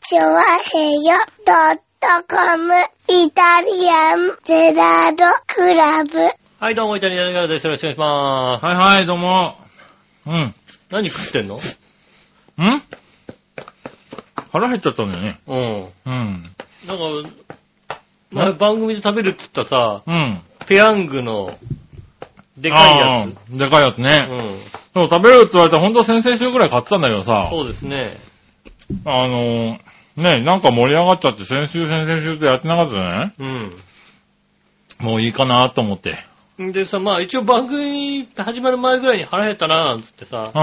チョワヘヨドットコムイタリアンゼラードクラブ。はい、どうも、イタリアンガールです。よろしくお願いしまーす。はいはい、どうも。うん。何食ってんのん腹減っちゃったんだよね。うん。うん。なんか、前番組で食べるっつったさ、うん。ペヤングの、でかいやつ。つ。でかいやつね。うん。そう、食べるって言われたらほんと先々週ぐらい買ってたんだけどさ、そうですね。あのー、ね、なんか盛り上がっちゃって先週先々週とやってなかったじゃないうん。もういいかなと思って。でさ、まあ一応番組始まる前ぐらいに腹減ったなーなんつってさう、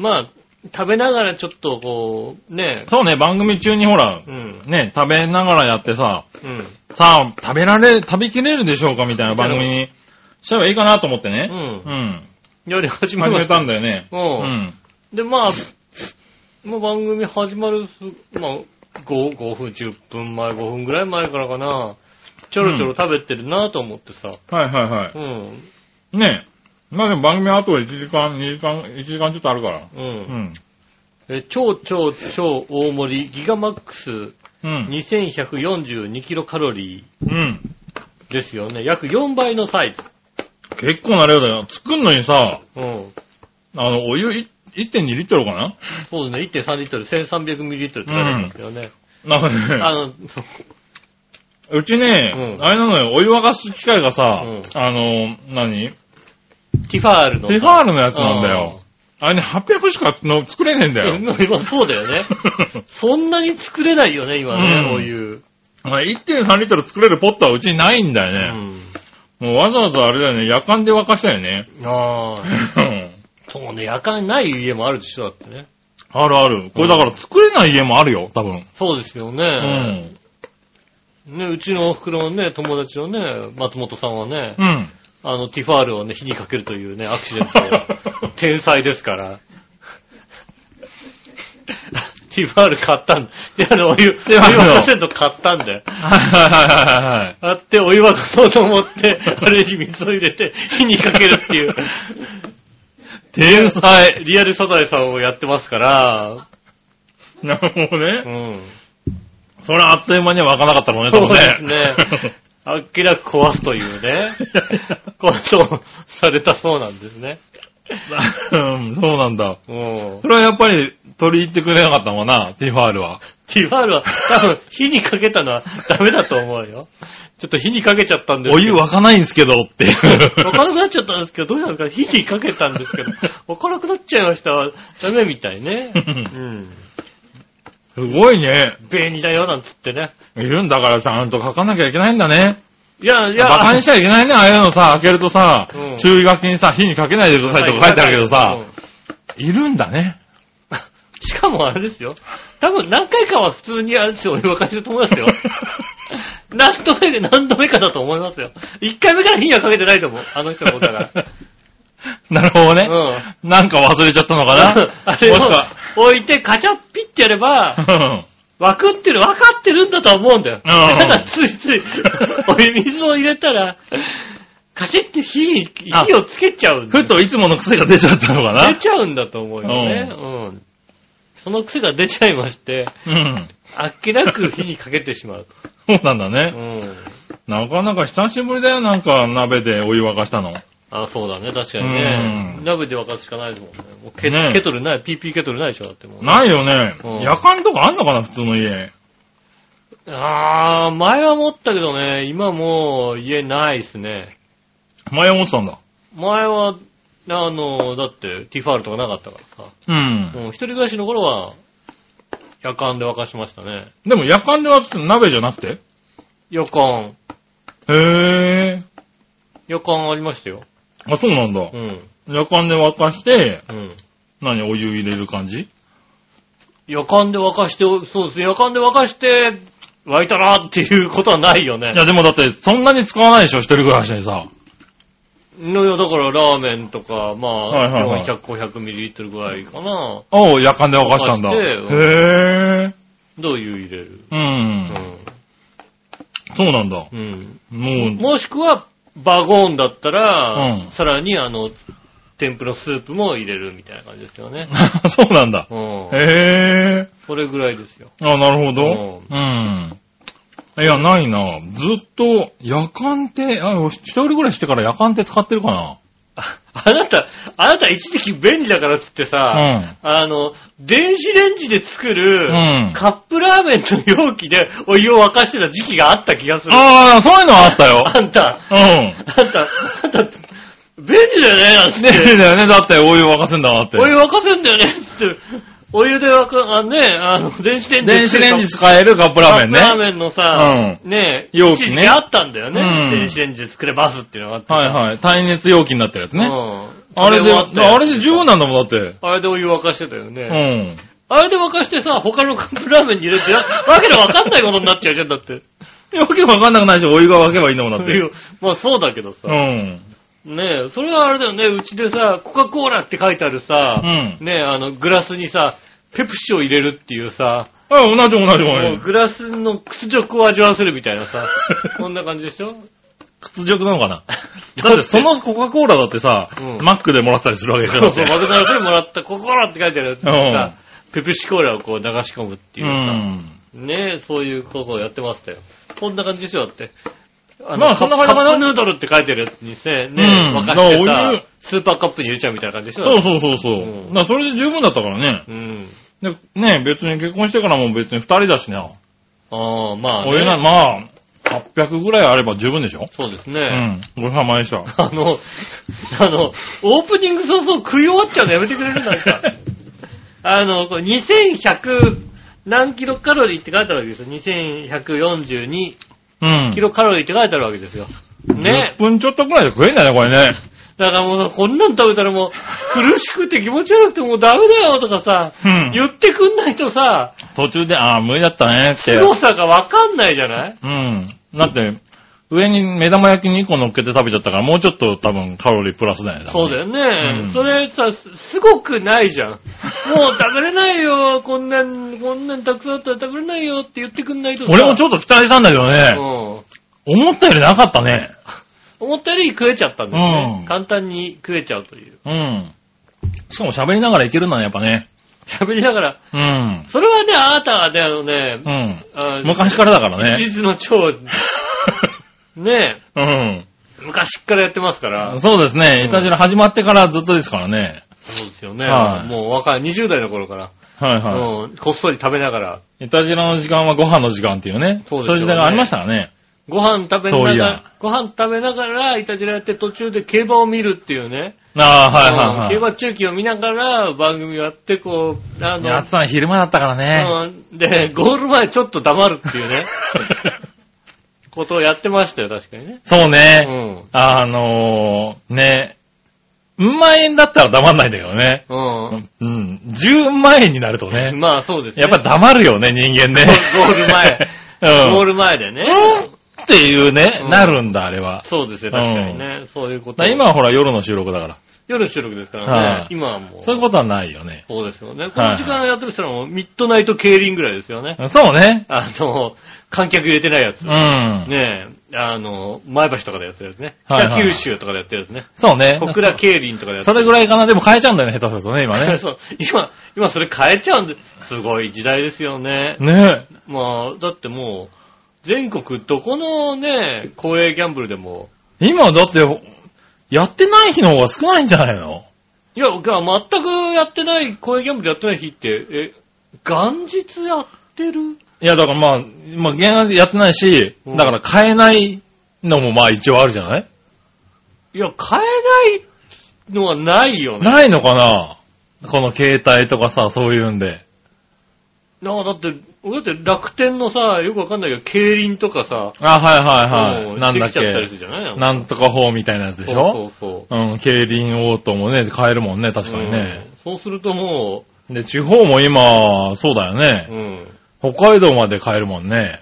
ん。まあ、食べながらちょっとこう、ねそうね、番組中にほらう、ん。ね、食べながらやってさ、うん。さあ、食べられ、食べきれるでしょうかみたいな番組にしちゃえばいいかなと思ってう。ね。うんん。やり始始めまめした。たんだよね。う。うんん。で、まあ、もう番組始まるす、まあ、5, 5分、10分前、5分ぐらい前からかな、ちょろちょろ食べてるなと思ってさ、はいはいはい。うん、ねえ。まあでも番組あと1時間、2時間、1時間ちょっとあるから。うん、うん。え超超超大盛り、ギガマックスうん。 2142キロカロリうん。ーですよね。約4倍のサイズ。結構な量だよ。作んのにさ、うん。あの、お湯い1.2リットルかなそうですね、1.3リットル、1300ミリリットルって書いてありますよね。なんかあね、の、そううちね、うんあれなのよ、お湯沸かす機械がさ、うんあの、何ティファールの。ティファールのやつなんだよ。あれね、800しかの作れねえんだうん。よ。今今そうだよね。そんなに作れないよね、今ね、うんこういう。 あれ1.3リットル作れるポットはうちにないんだうよね。ん。もうわざわざあれだよね、夜間で沸かしたよね。 ああ。そうね、夜間ない家もあるでしょ、だってね。あるある。これだから作れない家もあるよ、多分。そうですようね。ん。うね、うちのお袋のね、友達のね、松本さんはね、うん。あの、ティファールをね、火にかけるというね、アクシデント を天才ですから。 ティファール買ったんだ。いや、あの、お湯、お湯ィファールを沸かせると買ったんだよ。はいはいはいはいはい。あって、お湯沸かそうと思って、あれに水を入れて、火にかけるって いう、天才。リアルサザエさんをやってますから、なるほうどね。ん。それはあっという間には湧かなかったもんね、そう多分ですね。あっけなく壊すという ね、ことをされたそうなんですね。うん そうなんだ。うんそ。れはやっぱり取り入ってくれなかったもんな、ティファールは。ティファールは多分火にかけたのはダメだと思うよ。ちょっと火にかけちゃったんですおけ湯ど。沸かないんですけどっていう。わからなくなっちゃったんですけど、どうしたのか火にかけたんですけど、わからなくなっちゃいましたわ。ダメみたい ね。うん。すごいね。便利だよなんつってね。いるんだからちゃんと書かなきゃいけないんだね。いや、いいや、や、馬鹿にしちゃいけないね、ああいうのさ、開けるとさ、うん注意書きにさ、火にかけないでくださいとか書いてあるけどうさん、いるんだね。 しかもあれですよ。多分何回かは普通にあれですよ、お湯沸かしてると思いま すよ。何度目か、何度目かだと思いますよ。一回目から火にはかけてないと思う。あの人のことだ かなるほどね。ら。うん。なんか忘れちゃったのか な あれもしくはを置いてカチャッピッてやれば、うんわくってる、わかってるんだとは思うんだよ。うんただついつい、お湯水を入れたら、カチッて火に、あ火をつけちゃうんだよふといつもの癖が出ちゃったのか出なちゃうんだと思うよね。うん。その癖が出ちゃいまして、うん。あっけなく火にかけてしまうと。そうなんだうね。ん。なかなか久しぶりだよ、なんか鍋でお湯沸かしたの。あ、そうだね、確かにね。うん鍋で沸かすしかないですもんね。もうケねケトルない、PP ケトルないでしょ、だってもう。ないよねうん。夜間とかあんのかな、普通の家。あー、前は思ったけどね、今もう家ないですね。前思ってたんだ。前は、あの、だって、ティファールとかなかったからさ。うん。うん、一人暮らしの頃は、夜間で沸かしましたね。でも夜間で沸かす鍋じゃなくて夜間。へぇ夜間ありましたよ。ー。あ、そうなんだう。ん。夜間で沸かして、うん。何、お湯入れる感じ夜間で沸かして、そうですね、夜間で沸かして、沸いたなっていうことはないよねい。や、でもだって、そんなに使わないでしょ、一人暮らしでさ。のよ、だからラーメンとか、まはいはいはあ、い400、500ミリリットルぐらいかな。おう、夜間で沸かしたんだ。沸かへぇー。どういう入れるう。うんん。そうなんだ。うん。もう、もしくは、バゴーンだったら、うんさらにあの、 天ぷらスープも入れるみたいな感じですよね。そうなんだ。うん。へぇそれぐらいですよ。あ、なるほうど。うん。いや、ないな。ずっと、夜間って、あ、俺一人ぐらいしてから夜間って使ってるかな。ああなた、あなた一時期便利だからっつってさ、うんあの、電子レンジで作うる、ん。カップラーメンの容器でお湯を沸かしてた時期があった気がする。ああ、そういうのあったよ。あんた、うん。あんた、あんた、便利だよね、なんつっねて。えだよね。だって、お湯沸かすんだなって。お湯沸かせんだよね、つって。お湯で沸か、あね、あの、電子レンジ電子レンジ作る使えるカップラーメンね。カップラーメンのさ、ね容器ね一時期あったんだよね。うん電子レンジで作れますっていうのがあって。はいはい。耐熱容器になってるやつうね。ん。あれで、そもったよあれで十分なんだもん、だって。あれでお湯沸かしてたよね。うん。あれで沸かしてさ、他のカップラーメンに入れて、わけでわかんないことになっちゃうじゃん、だって。よけわかんなくないし、お湯が沸けばいいんだもん、だって。まあそうだけどさう。ん。ねえ、それはあれだよね、うちでさ、コカ・コーラって書いてあるさ、うんねえ、あの、グラスにさ、ペプシを入れるっていうさ、あ、同じ同じ同もうじ。グラスの屈辱を味わわせるみたいな さ、こんな感じでしょ屈辱なのかなだってそのコカ・コーラだってさ、うんマックでもらったりするわけでしょそうそう、だマっクドナルドでもらったコカ・コーラって書いてあるやつにさ、ペプシコーラをこう流し込むってていううさ、ん。ねえ、そういうことをやってましたよ。こんな感じですよ、だって。あまあそんな感じかカなップヌードルって書いてるやつにね、ねうえ、ん沸かしてだからお湯さ、スーパーカップに入れちゃうみたいな感じでしょそうう。そうそうそう。うんだからそれで十分だったからね。うん。でね別に結婚してからも別に二人だしな。ああ、まあ、ね。お湯な、まあ、800ぐらいあれば十分でしょそうですうね。ん。ごちそうさまでした。あの、あの、オープニング早々食い終わっちゃうのやめてくれるなん か。あの、これ2100何キロカロリーって書いてあるわけですよ。2142うん。キロカロリーって書いてあるわけですよ。ね10。分ちょっとくらいで食えんだよね、これね。だからもうこんなん食べたらもう苦しくて気持ち悪くてもうダメだよとかさ、うん言ってくんないとさ、途中で、ああ、無理だったねって。凄さがわかんないじゃないうん。だって、上に目玉焼き2個乗っけて食べちゃったから、もうちょっと多分カロリープラスだよね。そうだよね、うんそれさ、すすごくないじゃん。もう食べれないよ、こんなん、こんなんたくさんあったら食べれないよって言ってくんないとさ。俺もちょょっと期待したんだけどね、うん。思ったよりなかったね。思ったより食えちゃったんだよね、うん簡単に食えちゃうという。うん。しかも喋りながらいけるのはやっぱね。喋りながら、うん。それはね、あなたはね、あのね、うん。あ昔からだからね。地図の超、ね、う昔っからやってますからん。。そうですね。んイタジラ始まってからずっとですからね。そうですよね。はいもう若い、20代の頃から、はいはうん、こっそり食べながら、い。イタジラの時間はご飯の時間っていうね。そうですよねそういう時代がありましたからね。ご飯食べながそういらや、ご飯食べながら、いたじらやって途中で競馬を見るっていうね。ああ、うんはいはい競はい。馬中継を見ながら番組をやって、こう、あやっての、たの昼間だったからね。うん、で、ゴール前ちょっと黙るっていう ね、ことをやってましたよ、確かにね。そうね。うん。あのー、ね、うん万円だったら黙んないんだけどね。ううん。10万円になるとねん。。まあそうですね。やっぱ黙るよね、人間ね。ゴール前。 うん。ゴール前でね。っていうね、うんなるんだ、あれは。そうですよ、確かにね。そういうことだ。今はほら夜の収録だから。夜の収録ですからはねい。今はもう。そういうことはないよね。そうですよね。こはいのはい時間やってる人はもうミッドナイト競輪ぐらいですよね。そうね。あの、観客入れてないやつう。ん。ねえ、あの、前橋とかでやってるやつね。はいは北い九州とかでやってるやつね。そうね。小倉競輪とかでやってそる。。れぐらいかな。でも変えちゃうんだよね、下手するとね、今 ねそう今、今それ変えちゃうんで、すごい時代ですよね。ねまあ、だってもう、全国どこのね、公営ギャンブルでも、今だって、やってない日の方が少ないんじゃないのいや、が全くやってない、公営ギャンブルやってない日って、え、元日やってるいや、だからまあ、まあ、現案やってないし、うんだから変えないのもまあ一応あるじゃない、いや、変えないのはないよね。ないのかなこの携帯とかさ、そういうんで。なあ、だって、俺だって楽天のさ、よくわかんないけど、競輪とかさ、あ、はいはいもはうい。なんだでっきちゃったりすけるじゃないのなんとか法みたいなやつでしょそうそううん、競輪王ともね、変えるもんね、そ確う。かにね。うんそうするともで、地方も今、そうだよう、うね。ん、北海道まで変えるもんね。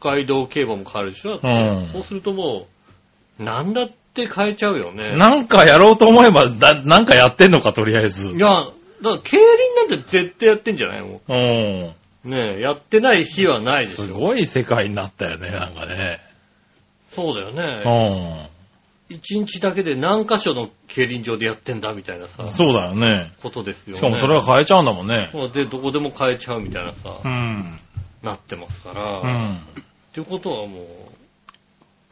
北海道競馬も変わるでしょ、だってうんそうするともう、なんだって変えちゃうよね。なんかやろうと思えば、だ、なんかやってんのか、とりあえず。ういや、だから競輪なんて絶対やってんじゃないもん。う。ねえ、やってない日はないですすよ。ごい世界になったよね、なんかね。そうだよね。うい一日だけで何箇所の競輪場でやってんだみたいなさ、そうだよね。ことですよね。しかもそれは変えちゃうんだもんね。そうで、どこでも変えちゃうみたいなさ、うん。なってますかうら、ん。っていうことはもう、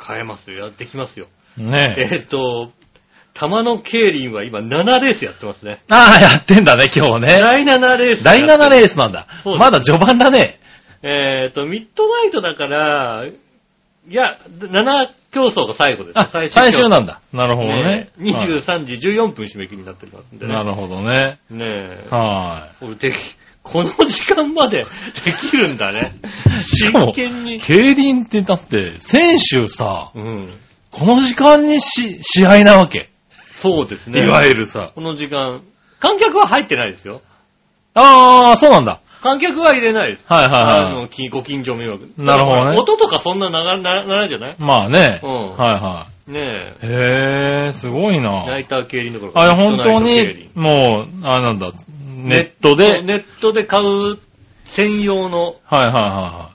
変えますよ。やってきますよ。ねえ。えーっと、玉の競輪は今7レースやってますね。ああ、やってんだね、今日ね。第7レース。第7レースなんだそう。ですまだ序盤だね。えーっと、ミッドナイトだから、いや、7競争が最後です。あ、最最終競争終なんだ。なるほどねね。え23時14分締め切りになってますんでね。なるほどね。ねえ。はこれでき、この時間まで できるんだね。 しかも真剣にい。。競輪ってだって、選手さ、うん。この時間にし、試合なわけ。そうですいね。わゆるさ。この時間。観客は入ってないですよ。ああ、そうなんだ。観客は入れないです。はいはあいはの、きご近所迷惑。なるほどね音とかそんなならなならないじゃないい。まあね。うんはねいはい。へえ、すごいえ。ナな。イター競輪どころかあれ本当ナイト競に輪、もう、あれなんだ、ネットで、はいネットで買う専用のはいはいは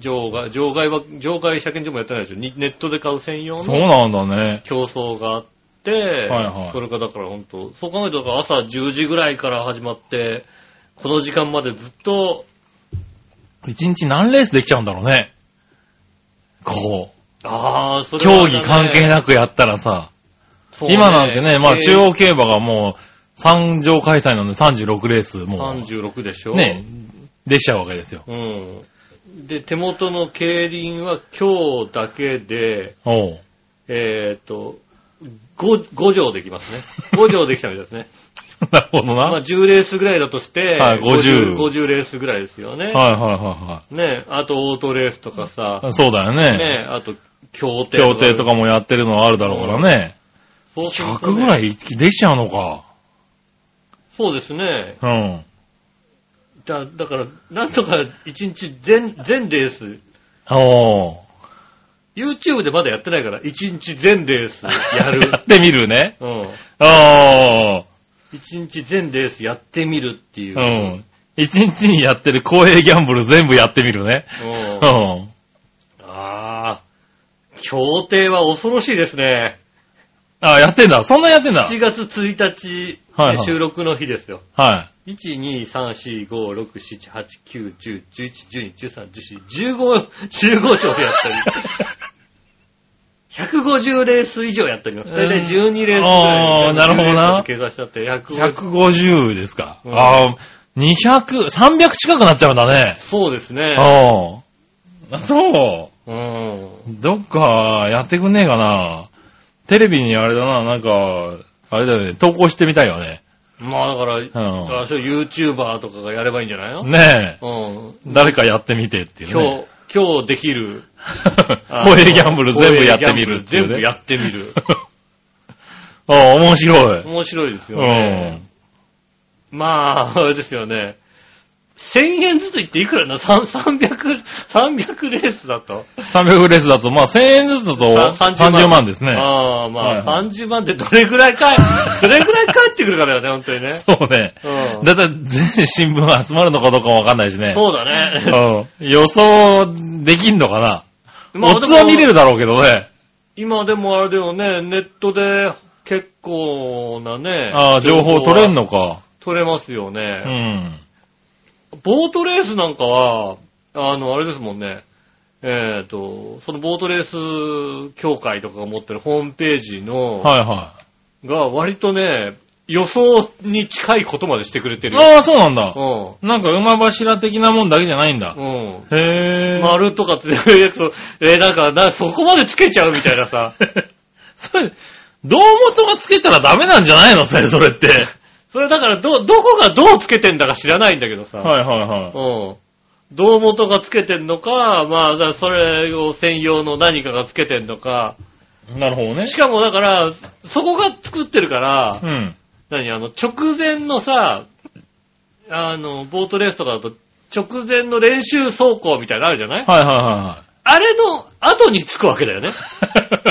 場外、場外は、場外車検所もやってないでしょ。にネットで買う専用い。そうのなんだね。競争があって、はいそれがだから本当、そう考えたら朝10時ぐらいから始まって、この時間までずっと、一日何レースできちゃうんだろうね。こ、ああ、そうれは競またね、技関係なくやったらさ、そう今なんてね、まあ中えー央競馬がもう3場開催なので36レースも36でしう、ょ。ね、できちゃうわけですよ。うん。で、手元の競輪は今日だけで、おう。 えっ、と、5、5条できますね。5条できたみたいですね。なるほどな。まはあい10レースぐらいだとして、はい50 50レースぐらいですよね。はいはねあとオートレースとかさいは、い。そうだよね。ねあと競艇協定とかもやってるのはあるだろうからね。そうすると100ねぐらいできちゃうのか。そうですね。うん。だだから、なんとか1日全、全レース、おう。 YouTube でまだやってないから、1日全レースやる や。ってみるね。うん。おう。一日全レースやってみるっていう。うん。一日にやってる公営ギャンブル全部やってみるね。うん。あうん。あー、協定は恐ろしいですね。あ、やってんだ。そんなやってんだ7。月1日、はいはい収録の日ですよ。は1、2、3、4、5、6、7、8、9、10、11、12、13、14、15、15章でやったり。150レース以上やっております。大体12レースぐらい。あーなるほどな計算しちゃって、い。 150。 150ですか。うんああ、200、300近くなっちゃうんだね。そうですね。うん。あそう。うん。どっかやってくんねえかな。テレビにあれだな、なんか、あれだよね、投稿してみたいよね。まあだから、うあそう YouTuber とかがやればいいんじゃないのん。ねえ、うん。誰かやってみてっていうね。今日、今日できる。あの 公営ギャンブル全部やってみるっていう、全ね。部やってみる。ああ、面白い。面白いです うよね。ん。まあ、あれですよね。1000円ずついっていくらなさん ?300、300レースだと。 300レースだと、まあ、1000円ずつだとさ30万ですね。ああ、まあ、はいは30万ってどれぐらいかえ、どれぐらい返ってくるかだよね、本当にね。そうね。うんだいたい全新聞集まるのかどうかもわかんないしね。そうだね。うん。予想できんのかなまあオッズは見れるだろうけどね。今でもあれだよね、ネットで結構なね。ああ、情報取れんのか。取れますようね。ん。ボートレースなんかは、あの、あれですもんね。えっ、と、そのボートレース協会とかが持ってるホームページの、はいはが割とね、予想に近いことまでしてくれてい。るよ。ああ、そうなんだ。うん。なんか馬柱的なもんだけじゃないんだ。うん。へえ。丸とかって、 えっと、えーなんかな、そこまでつけちゃうみたいな さ。それ、胴元がつけたらダメなんじゃないのそれ、それって。それだから、ど、どこがどうつけてんだか知らないんだけどさ。はいはいはい。うん。胴元がつけてんのか、まあ、だからそれを専用の何かがつけてんのか、なるほどねし。かもだから、そこが作ってるからう、ん。何あの、直前のさ、あの、ボートレースとかだと、直前の練習走行みたいなのあるじゃないはいはい はあれの後につくわけだ よね。いは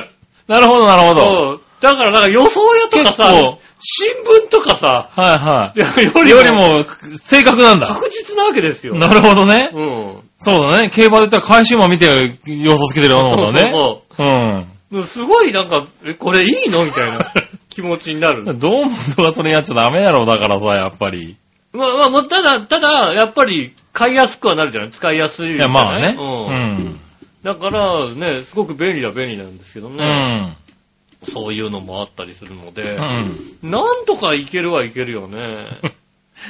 い。なるほどなるほど。うん。だからなんか予想屋とかさ結構、新聞とかさ、はいはよりもい。よりも正確なんだ。確実なわけですよ。なるほどね。うん。そうだね。競馬で言ったら回収馬見て予想つけてるようなもんだね。そううん。もうすごいなんか、え、これいいのみたいな気持ちになる。どうもとがそれやっちゃダメだろう、だからさ、やっぱり。まあまあもう、ただ、ただ、やっぱり、買いやすくはなるじゃない使いやすい。いや、まあね。うん。だから、ね、すごく便利は便利なんですけどうん。うね。ん。そういうのもあったりするのうで、ん。なんとかいけるはいけるよね。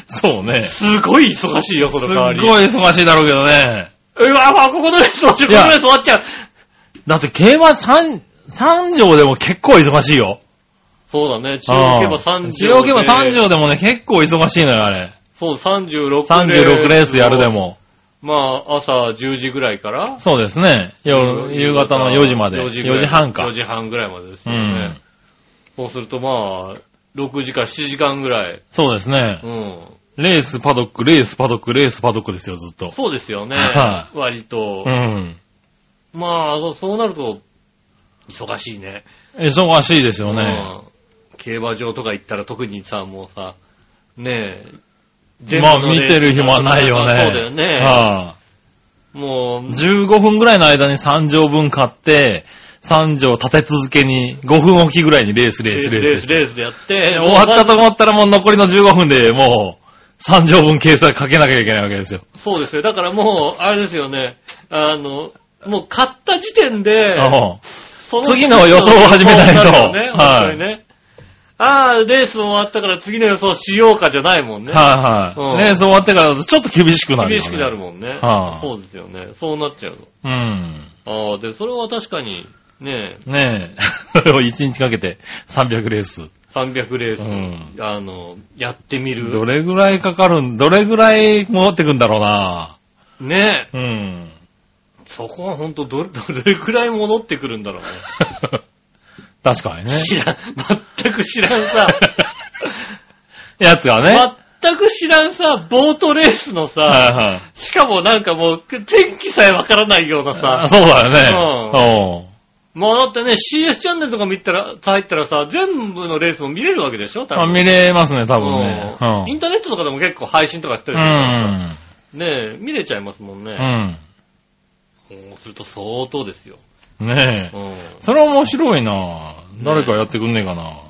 そうね。すすごい忙しいよ、こっのご代わり。い忙しいだろうけどね。うわ、まあ、ここのレース終わっちゃう、こいやこのレース終わっちゃう。だって競馬3、3条でも結構忙しいよ。そうだね、中央競馬うん30。中央競馬3。条でもね、結構忙しいのよ、あれ。そう、36レース。 36レースやるで。も。まあ、朝10時ぐらいから。そうですね。夜、夕方の4時まで。4 4時時ぐらい半か4。時半ぐらいまでですうよねん。。そうするとまあ、6時から7時間ぐらい。そうですねう。ん。レース、パドック、レース、パドック、レース、パドックですよ、ずっと。そうですよねは。割とう。ん。まあ、そうそうなると、忙しいね。忙しいですよね。うん競馬場とか行ったら特にさ、もうさ、ねえ、まあ、見てる暇はないよね。そうだよね。はもい15分ぐらいの間に3畳分買って、3畳立て続けに5分おきぐらいにレース、う、レース、レースレでーすス、レースでやって、終わったと思ったらもう残りの15分でもう3畳分計算かけなきゃいけないわけですよ。そうですよ。だからもう、あれですよね。あの、もう買った時点で、うんそ次の予想を始めないと予想にるよねはい本当にね。ああ、レース終わったから次の予想しようかじゃないもんね。はいうんはい。レース終わってからだとちょっと厳しくなるよね。厳しくなるもんね。はいそうですよね。そうなっちゃううん。の。ああ、で、それは確かに、ね、ねえ。それを1日かけて300レース。 300レース、うんあの、やってみどる。れぐらいかかるん、どれぐらい戻ってくんだろうな。ねうん。そこは本当どれ、どれくらい戻ってくるんだろうね。確かに ね。知らん、全く知らん さ、やつがね。はい全く知らんさ、ボートレースのさ、はい。しかもなんかもう、天気さえわからないようなさ、あそうだよね。もうだってね、CS チャンネルとか見たら、入ったらさ、全部のレースも見れるわけでしょ多うん。あ分。見れますね、多分ね。うんインターネットとかでも結構配信とかしてるでしょねえ、見れちゃいますもんうね。ん。そうすると相当ですよ。うん。ねうえ。ん。それは面白いな誰かやってくんねえかな。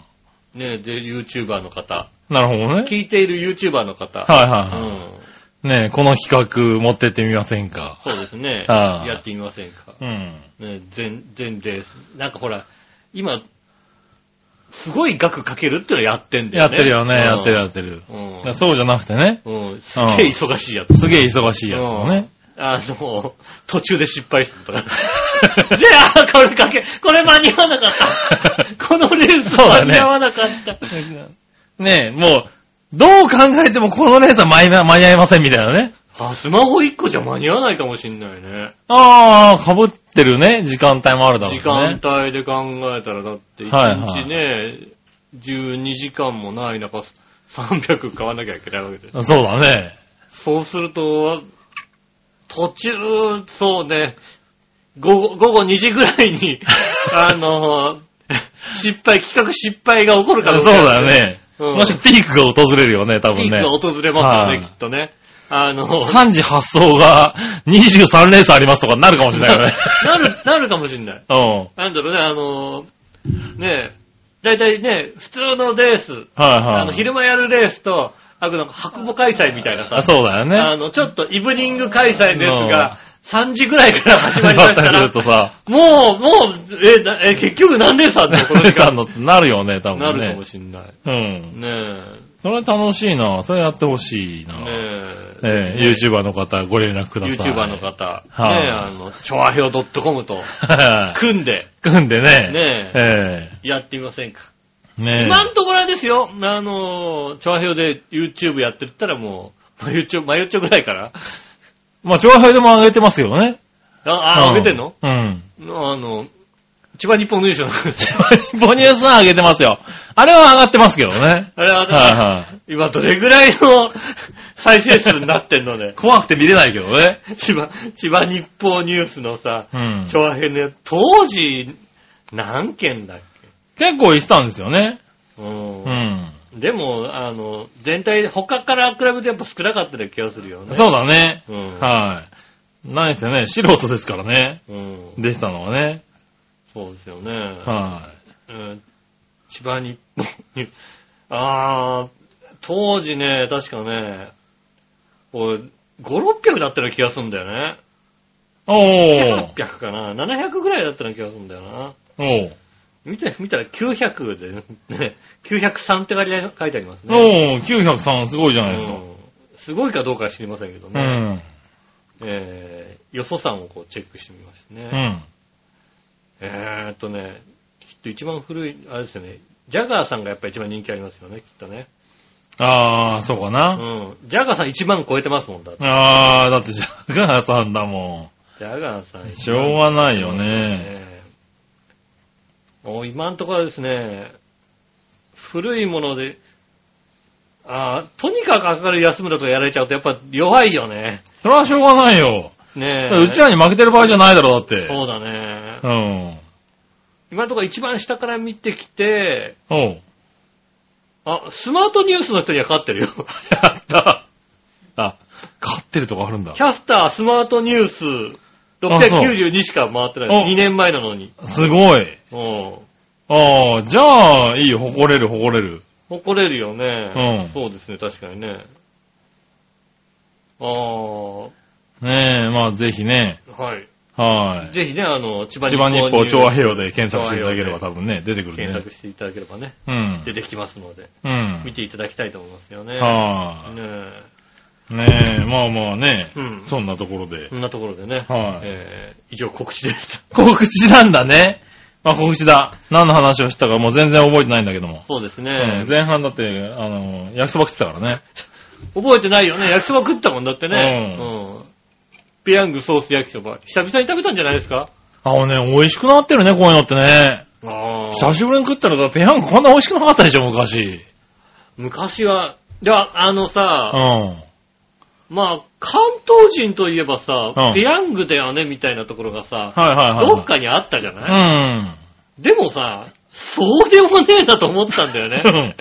ねえ、で、YouTuber の方。なるほどね。聞いている YouTuber の方。はいはういはい。ん。ねえ、この企画持ってってみませんか。そうですね。ああやってみませんか。うん。ね、全、全レース。なんかほら、今、すごい額かけるってのやってんだやよっね。てるよね、うんやってるやってる。だからそうじゃなくてね、うん。うん。すげえ忙しいやつ。すげえ忙しいやつをね。あの、途中で失敗 したとか。で、あー、これかけ、これ間に合わなかった。 このレースそうだ間ねに合わなかった。ねえ、もう、どう考えてもこのレースは間に合間に合いませんみたいなね。あ、スマホ1個じゃ間に合わないかもしんないね。ああ、被ってるね、時間帯もあるだろうね。時間帯で考えたら、だってはい1はい日ね、12時間もない中、300買わなきゃいけないわけで。そうだね。そうすると、途中、そうね、午後午後2時ぐらい に、あの、失敗、企画失敗が起こるかそらうだよ。ね。うんもしくはピークが訪れるよね、多分ピーねク。が訪れますよはいね、きっとね。あの、 3時発送が23レースありますとかになるかもしれないよね。なる、なるかもしんない。うん。なん だろうね、あの、ねえ、だいたいね、普通のレース、はいはい。あの、昼間やるレースと、あとなんか、白母開催みたいなあ、さ、そうだよね。あの、ちょっとイブニング開催のやつが、3時ぐらいから始まりましただっか たりすらる、とさ、もう、もう、え、なえ結局何レースあんのこの時さ間んのってなるよね、多分ね。なるかもしんない。うん。ねそれ楽しいな。それやってほしいえ、な。ねえ、ええ、YouTuber の方、ご連絡ください。 YouTuber の。方、はいねえ、あの、チョアヘオ .com と はい。組んで、組んでね。ねえ、えやってみませんか。え。ねえ。今んところあれですよ、あの、チョアヘオで YouTube やってったらもう、まゆちょ、まゆちょぐらいから、まあ、長杯でも上げてますけどね。あ、あ、上げてんのうん。あの、千葉日本のニュー スの母乳さん上げてますよ。あれは上がってますけどね。あれは、はいはい。今どれぐらいの 再生数になってんのね。怖くて見れないけどね。千葉、千葉日報ニュースのさ、うん。調和編で、当時、何件だっ結構言ってたんですよね。けう。うんん。でも、あの、全体、他から比べてやっぱ少なかったような気がするよね。そうだね。うん。はい。ないですよね。素人ですからね。うん。出てたのはね。そうですよね。はうん千葉に、あー、当時ね、確かね、俺、5、600だったような気がするんだよね。い。おー。 800かな。700ぐらいだったような気がするんだよな。おー。見て、見たら900で、ね、903って書いてあり書いてありますね。おー、903すごいじゃないですか。うんすごいかどうかは知りませんけどうね。ん。えー、よそさんをこうチェックしてみましたねう。ん。えーっとね、きっと一番古い、あれですよね、ジャガーさんがやっぱ一番人気ありますよね、きっとね。あー、そうかな。うん。ジャガーさん1万超えてますもんだって。あー、だってジャガーさんだもジャガーさん1万ん。しょうがないよえね。えもう今のところはですね、古いもので、ああ、とにかく明るい安村とかやられちゃうとやっぱ弱いよね。それはしょうがないよ。ねえ。うちらに負けてる場合じゃないだろ、だって。そうだねう。ん。今のところ一番下から見てきて、おう。あ、スマートニュースの人には勝って るよ。やった。あ、勝ってるとこあるんだキ。ャスター、スマートニュース、692しか回ってなおい。2年前なのに。すごい。うん。あー、じゃあ、いいよ、誇れる、誇れる。誇れるよね。うんそうですね、確かにね。ああ、はねえ、まあぜひね、い。はい。ぜひね、あの、千葉一番日報、調和に平和で検索していただければ多分ね、出てくる検ね索。していただければね、うん出。てきますので、う見ん。ていただきたいと思いますよね。はねえい。ねえ、まあまあねうん、そんなところでそ。んなところでね、はいえー、以上告知でした。告知なんだね。まあ告知だ。何の話をしたかもう全然覚えてないんだけども。そうですうねん。前半だって、あの、焼きそば食ってたからね。覚えてないよね。焼きそば食ったもんだってね。ううん。ペヤングソース焼きそば。久々に食べたんじゃないですかあのね、美味しくなってるね、こういうのってね。あ久しぶりに食ったら、ペヤングこんな美味しくなかったでしょ、昔。昔は、いや、あのさ、うん。まあ、関東人といえばさう、んペヤングだよね、みたいなところがさ、はいはいはい。どっかにあったじゃうない、ん。でもさ、そうでもねえなと思ったんだよね。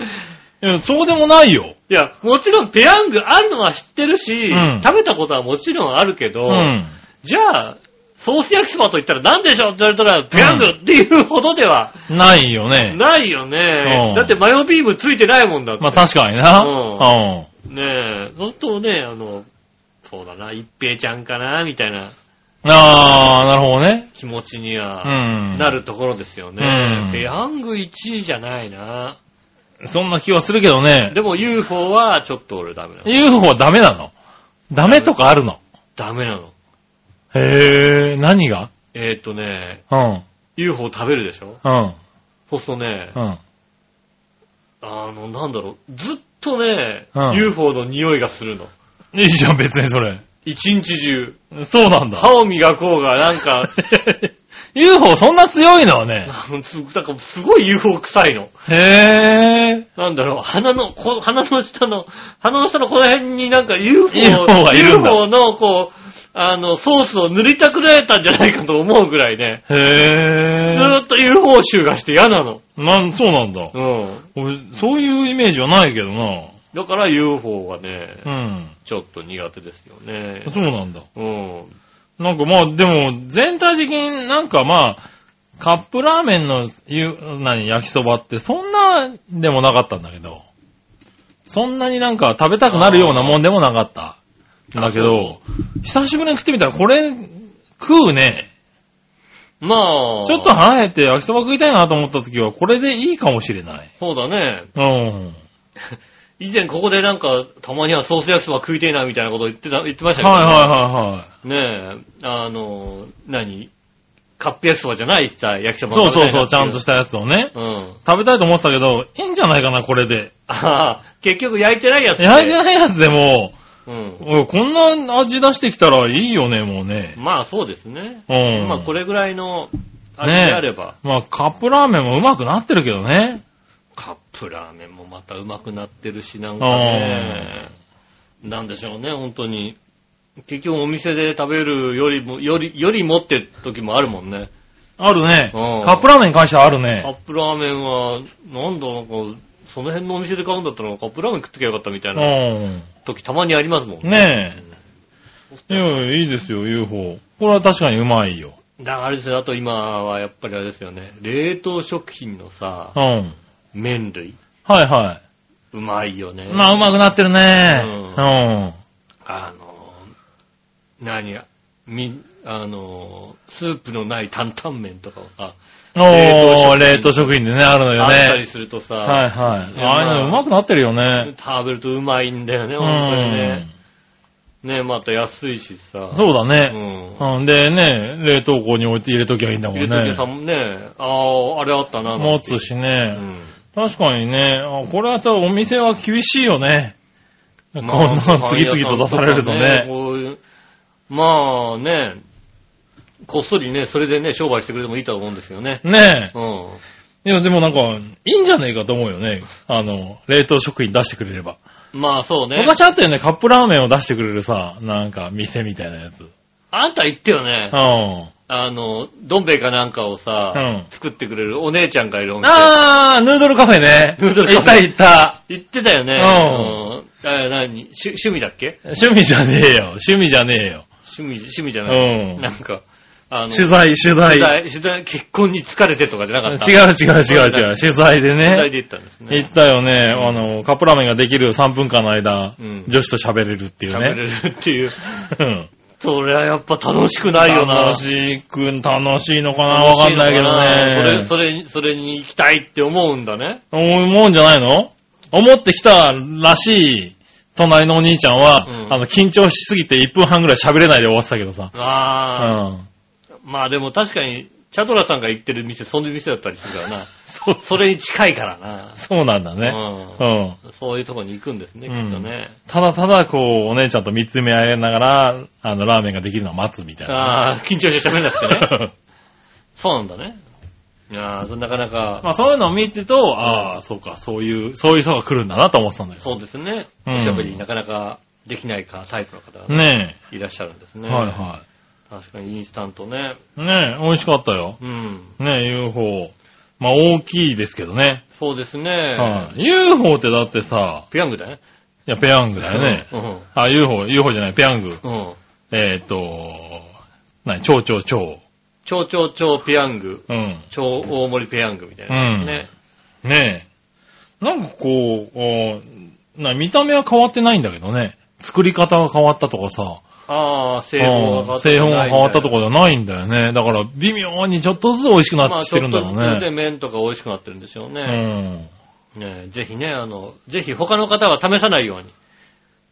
いや、 そうでもないよ。いや、もちろんペヤングあるのは知ってるし、うん食べたことはもちろんあるけど、うん。じゃあ、ソース焼きそばと言ったら何でしょうって言われたら、ペヤングっていうほどではないよね。ないよね。うんだってマヨビームついてないもんだって。まあ確かにな。ううん。ねえ、そうするとね、あの、そうだな、一平ちゃんかな、みたいなあー、なるほどね。気持ちにうは、ん。なるところですよね。うんペヤング1位じゃないな。そんな気はするけどね。でも UFO はちょっと俺ダメなの。 UFO はダメなのダメとかあるのダメなの。へー、何がえーっ、とね、うん。 UFO 食べるでしょうん。そうするとね、うん。あの、なんだろう、ずっとね、うん UFO の匂いがするの。いいじゃん、別にそれ。一日中。そうなんだ。歯を磨こうが、なん か、 UFO そんな強いのはね。なんかすごい UFO 臭いの。へー。なんだろう、鼻の、こ鼻の下の、鼻の下のこの辺になんか UFO、 UFO がいるんだ UFO のこう、あの、ソースを塗りたくられたんじゃないかと思うぐらいね、へずー。ーっと UFO 臭がして嫌なの。なん、そうなんだ。うん。俺そういうイメージはないけどな。だから UFO がね、うん。ちょっと苦手ですよね。そうなんだ。うん。なんかまあ、でも、全体的になんかまあ、カップラーメンの、ゆ、何、焼きそばってそんなでもなかったんだけど、そんなになんか食べたくなるようなもんでもなかった。んだけど、久しぶりに食ってみたらこれ、食うね。まあ、ちょっと、腹減って焼きそば食いたいなと思った時は、これでいいかもしれない。そうだね。うん。以前ここでなんか、たまにはソース焼きそば食いてえなみたいなこと言ってた、言ってましたけど、はいはいはいはい。ねえ、あの、何カップ焼きそばじゃないさ、焼きそば。そうそうそう、ちゃんとしたたやつをね。うん。食べたいと思ってたけど、いいんじゃないかな、これで。ああ、結局焼いてないやつ、焼いてないやつでも、うん。おいこんな味出してきたらいいよね、もうね。まあそうですね。うん。まあこれぐらいの味であれば、まあカップラーメンもうまくなってるけどね。カップラーメンもまたうまくなってるし、なんかね、なんでしょうね、本当に。結局お店で食べるよりも、より、よりもって時もあるもんね。あるね。うんカップラーメンに関してはあカるッね。。プラーメンは、なんだ、なんか、その辺のお店で買うんだったらカップラーメン食ってきゃよかったみたいうなん時たまにありますもんね。ねえ。いや、いいですよ、UFO。これは確かにうまいよ。だからあれですよ、あと今はやっぱりあれですよね。冷凍食品のさう、ん。麺類。はいはうまいよね。い。まあ、うまくなってるね。ううん。あの、何や、み、あの、スープのない担々麺とかをさ、おー、冷冷凍凍食品でね、あるのあったよりね。するとさ、はいはい。いやああいうのうまくなってるよね。食べるとうまいんだよね、う本当にねん。。ね、また安いしさ。そうだうね。ん。うん。でね、冷凍庫に置いて入れときゃいいんだもんゆうときねさ。んもね、ああ、あれあったな、なんて持つしうね。ん。確かにね、あこれは多分お店は厳しいよね。こんまなあの次々と出されるとね。こういうまあね、こっそりね、それでね、商売してくれてもいいとは思うんですよね。ねうん。え。いや、でもなんか、いいんじゃねえかと思うよね。あの、冷凍食品出してくれれば。まあそうね。昔あったよね、カップラーメンを出してくれるさ、なんか、店みたいなやつ。うん。あんた言ってよね。ああの、どん兵衛かなんかをさ、うん作ってくれるお姉ちゃんがいるお店。ー、ヌードルカフェね。ヌード ルカフェいたいた。言ってたよね。ううん。あれ何趣趣味だっけ趣味じゃねえよ。趣味じゃねえよ。趣味、趣味じゃうない。ん。なんか、あの、取材、取取材。違う材、取材、結婚に疲れてとかじゃなかった。う。違う違う違う。取材で取材ね。で行ったんですね。行ったよね。あの、カップラーメンができる3分間の間うん、女子と喋れるっていう喋れね。るっていう。うん。そりゃやっぱ楽しくないよな。楽しく、楽しいのかなわかんないけどね。それ、それ、それに行きたいって思うんだね。思うんじゃないの思ってきたらしい隣のお兄ちゃんは、うんあの、緊張しすぎて1分半ぐらい喋れないで終わってたけどさ。うああ、ん。まあでも確かに、チャドラさんが行ってる店、その店だったりするから な。そう、それに近いからな。そうなんだね。う。うんそういうとこに行くんですね、うきんっとね。ただただ、こう、お姉ちゃんと見つめ合いながら、あの、ラーメンができるのを待つみたいな。ああ、緊張して喋んなく てね。そうなんだね。いやーそれなかなか、まあ、そういうのを見てると、ああ、そうか、そういう、そういう人が来るんだなと思ってたんだよ。そうですね。うんおしゃべりなかなかできないかタイプの方がねいらっしゃるんですえ。ね。。はいはい確かにインスタントね。い。ねえ、美味しかったよ。うん。ねえ、UFO。まあ、大きいですけどね。そうですね。はい。UFO ってだってさ、ピヤングだね。いや、ペヤングだよね。うん。あ、UFO、UFO じゃない、ペヤング。うん。えーっと、なに、蝶々蝶。超超超ペヤング、うん。超大盛りペヤングみたいなね。ねえ。なんかこう、おな見た目は変わってないんだけどね。作り方が変わったとかさ、ああ、製法うんが製法が変わったとこかじゃないんだよね。だから微妙にちょっとずつ美味しくなまっあ、てきちょてっるとんずだろうつでね。麺とか美味しくなってるんでしょううね。ん。ねえぜひね、あの、ぜひ他の方は試さないように。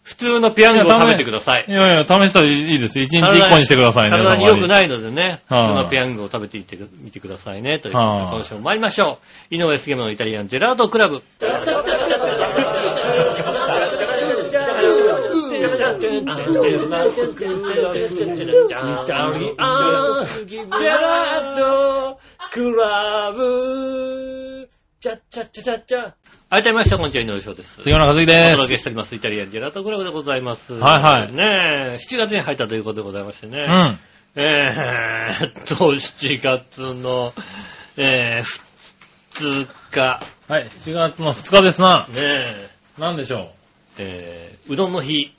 普通のペヤングをいや食べてくださいい。やいや、試したらいいです。一日一個にしてくださいね。体に良くい。ないのでね、普通はいのペヤングを食べてみてくみてくださいね。ということではい今週も参りましょう。井上杉山のイタリアンジェラートクラブ。改めまして、こんにちは、井上翔です。杉村和樹おで届す。けしております。イタリアンジェラートクラブでございます。はいはいねえ、7月に入ったということでございましてね。うん。えー っと、7月の、えー、2日、はい、7月の2日ですな。ねなんでしょえ、えーうどんの日、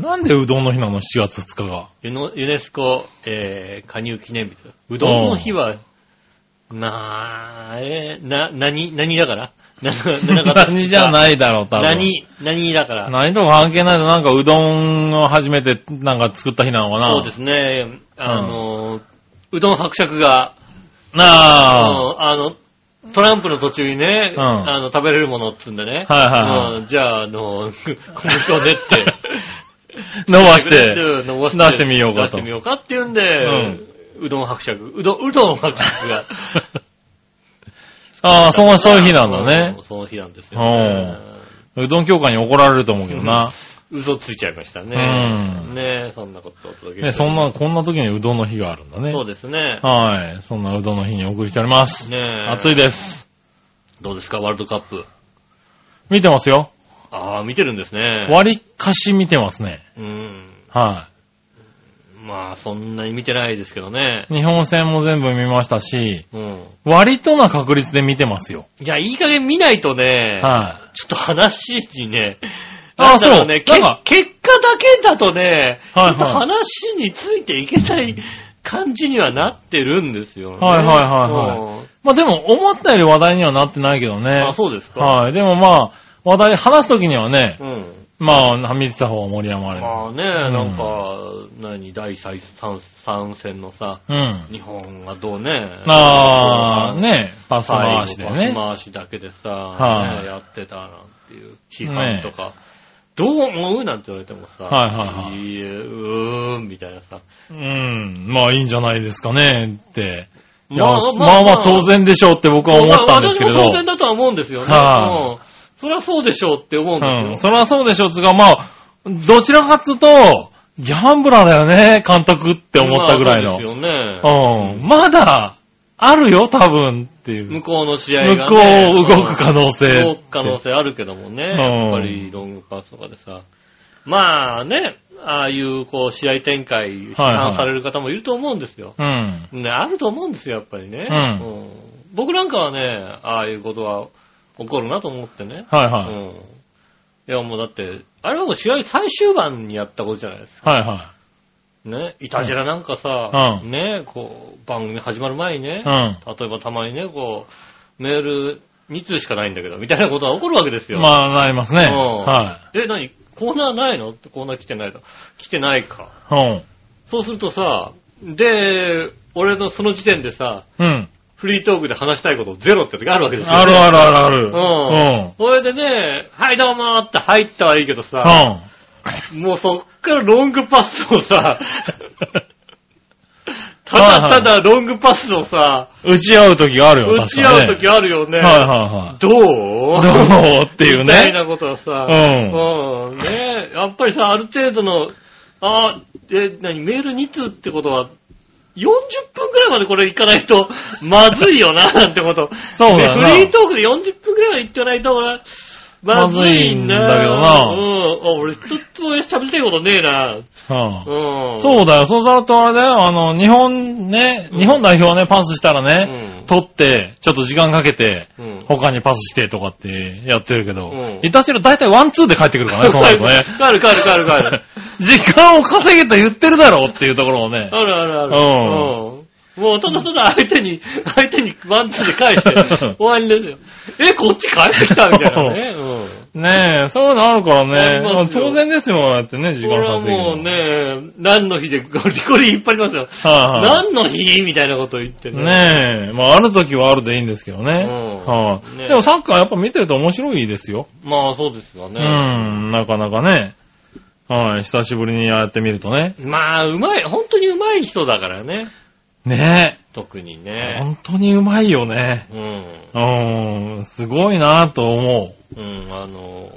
う。なんでうどんの日なの ?7 月2日が。ユノユネスコ、えー加入記念日と。うどんの日は、なあ、えーな、何、何だから な 何じゃい。ないだろう、多分。何、何だから。何とか関係ないのなんかうどんを初めてなんか作った日なのかなそうですね、あの、うどん伯爵が、あなあ。の、あの、トランプの途中にね、うんあの、食べれるものっつうんでね。はいはいはいうんじゃあ、あの、 小麦を練って。 伸ばして。伸ばして。出してみようかと出してみようかっていうんで、うんうどん伯爵。うどん、うどん伯爵が。ああ、そう、 そういう日なんだうねん。。その日なんですよ、ね。うどん協会に怒られると思うけどな。嘘ついちゃいましたね。うんねえそんなことをお届けしておりまね、すそんな、こんな時にうどんの日があるんだねそ。うですね。はい。そんなうどんの日にお送りしております。ねえ暑いです。どうですか、ワールドカップ。見てますよ。ああ、見てるんですね。割りかし見てますね。うん。はまあ、そんなに見てないですけどね。い。日本戦も全部見ましたし、うん。割とな確率で見てますよ。いや、いい加減見ないとね、はい。ちょっと話にね、なあんだろねそけうなんか結果だけだとね、はいはちょいっと話についていけない感じにはなってるんですよね。はいはいはいはまあでも、思ったより話題にはなってないけどね。あ、そうですか。はい。でもまあ、話題、話すときにはね、うん。まあ、見てた方が盛り上がる。まあね、なんか、何、第三三戦のさ、うん。日本がどうね。ああ、ね。ね、パス回しで最後ね。パス回しだけでさ、はいねやってたなんていう批判とか、どう思うなんて言われてもさ、はいはいはいいえ、うーん、みたいなさ。うん。まあ、いいんじゃないですかね、って。いやまあまあまあ、当然でしょうって僕は思ったんですけれまあど私も当。然だとは思うんですよね。はういんそりゃそうでしょうって思うんうでん。すよ。それはそうでしょうつうか、まあ、どちらかっつうと、ギャンブラーだよね、監督って思ったぐらいまあの。そうですよね。うん。まだ、あるよ、多分っていう。向こうの試合向が、こね。う動く可能性。動く可能性あるけどもね。うんやっぱりロングパスとかでさ。まあね、ああいうこう試合展開、批判される方もいると思うんですよ。うん。ね、あると思うんですよ、やっぱりね。うんう僕なんかはね、ああいうことは起こるなと思ってね。はいうはい。ん。いや、もうだって、あれはもう試合最終盤にやったことじゃないですか。はいはね、いたじらなんかさ、うんね、こう、番組始まる前にね、い。うん。例えばたまにね、こう、メール2通しかないんだけど、みたいなことが起こるわけですよ。まあ、なりますね。うんはえ、何コーナーないのってコーナー来てないと。来てないか。い。うん。そうするとさ、で、俺のその時点でさ、うん。フリートークで話したいことゼロって時があるわけですよ、ね。あるあるあるうん。ある。それでね、はいどうもーって入ったはいいけどさ、うん。うん。もうそっからロングパスを さ、ただただロングパスをさ、打ち合う時があるよ、打確ちか合に、ね。う時あるよね。はいはどういはい。どうっていうみたいね。なことはさ、うんうんねやっぱりさ、ある程度の、あー、え、何、メール2通ってことは、40分くらいまでこれ行かないと、 まずいよな、なんてこと。そうだねなフリートークで40分くらいまで行ってないと、俺、まずいんだまずいんだけどなうん。あ、俺、一つも喋りたいことねえな。うんうん。そうだよ。そうするとあれだよ。あの、日本ね、うん日本代表はね、パスしたらうね、ん。取って、ちょっと時間かけて、うん。他にパスしてとかってやってるけど、うんいたしろ大体ワンツーで帰ってくるからね、そうなるとね。 帰る帰る帰る帰 る。時間を稼げと言ってるだろうっていうところをね。あるあるある。うんうんもう、ただただ相手 に、相手にワンツーで返して、終わりですよ。え、こっち返ってきたみたいな ね。うん。ねえ、そういうのあるからね。ありますよ当然ですよ、だってね、時これ間は稼ぎ。もう。ね、何の日でゴリゴリ引っ張りますよ。はいはい何の日みたいなこと言ってねえ、まあある時はあるでいいんですけどね。うんはいねえでもサッカーやっぱ見てると面白いですよ。まあ、そうですようね。ん、なかなかね。はい、久しぶりにやってみるとね。まあ、うまい、本当にうまい人だからね。ね特にえ、ね。本当にうまいよね。うん。うん、すごいなと思うん、あの、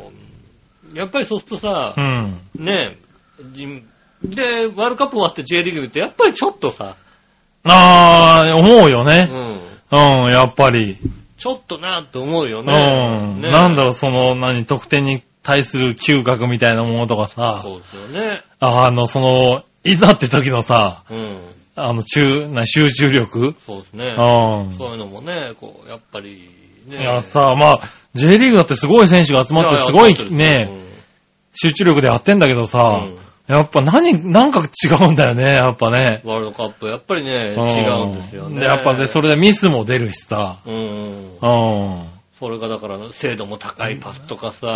やっぱりそうするとさう。う、ん。ねじで、ワールドカップ終わって J リーグって、やっぱりちょっとさ、ああ、思うようね。ん。うん、やっぱり。ちょっとなって思うようね。ん。なんだろう、その、何、得点に対する嗅覚みたいなものとかさ。そうですよね。あの、その、いざって時のさ、うん。あの、中、な、集中力そうですね。うん。そういうのもね、こう、やっぱり、ね。いや、さ、まあ、J リーグだってすごい選手が集まって、すごいね、集中力でやってんだけどうん、さ、やっぱ何、なんか違うんだよね、やっぱねう。んワールドカップ、やっぱりね、うん違うんですよね。やっぱね、それ。れでミスも出るしさ、うんう。ん。それがだから、精度も高いパスとかさ、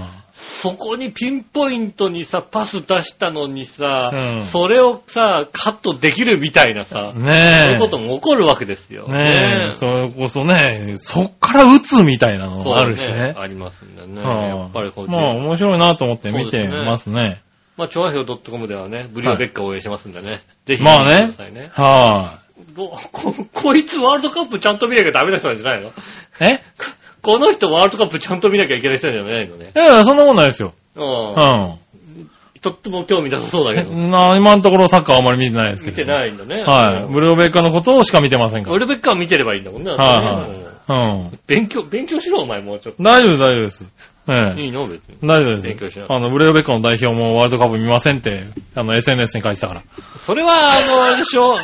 うんそこにピンポイントにさ、パス出したのにさ、うんそれをさ、カットできるみたいなさ、ねえ。そういうことも起こるわけですよ。ねえ、そそれこそね、そっから打つみたいなのうもあるしね。ありますんでね。うんやっぱりこう、まあ面白いなと思って見てますね。まあ、調和表 .com ではね、ブリオベッカを応援してますんでね。ぜひ、まあねくださいね。はどこ、こいつワールドカップちゃんと見なきゃダメな人なんじゃないのい、えこの人ワールドカップちゃんと見なきゃいけない人なんじゃないのね。いやいや、そんなことないですよ。うん。うとっても興味なさそうだけど。ん。な今のところサッカーはあまり見てないですけ見ど。てないんだね。はい。ブブルーベッカのことをしか見てませんかルベッカー見てればいいんだもんね。ら。だっはていねうはんい。うん。勉強、勉強しろ、お前もうちょっ大丈夫、大丈夫です。と。いええ。いの別に。大丈夫です。勉強しなあの、ブルーベッカの代表もワールドカップ見ませんって、あの、SNS に書いてたから。 それは、あの、あれでしょ。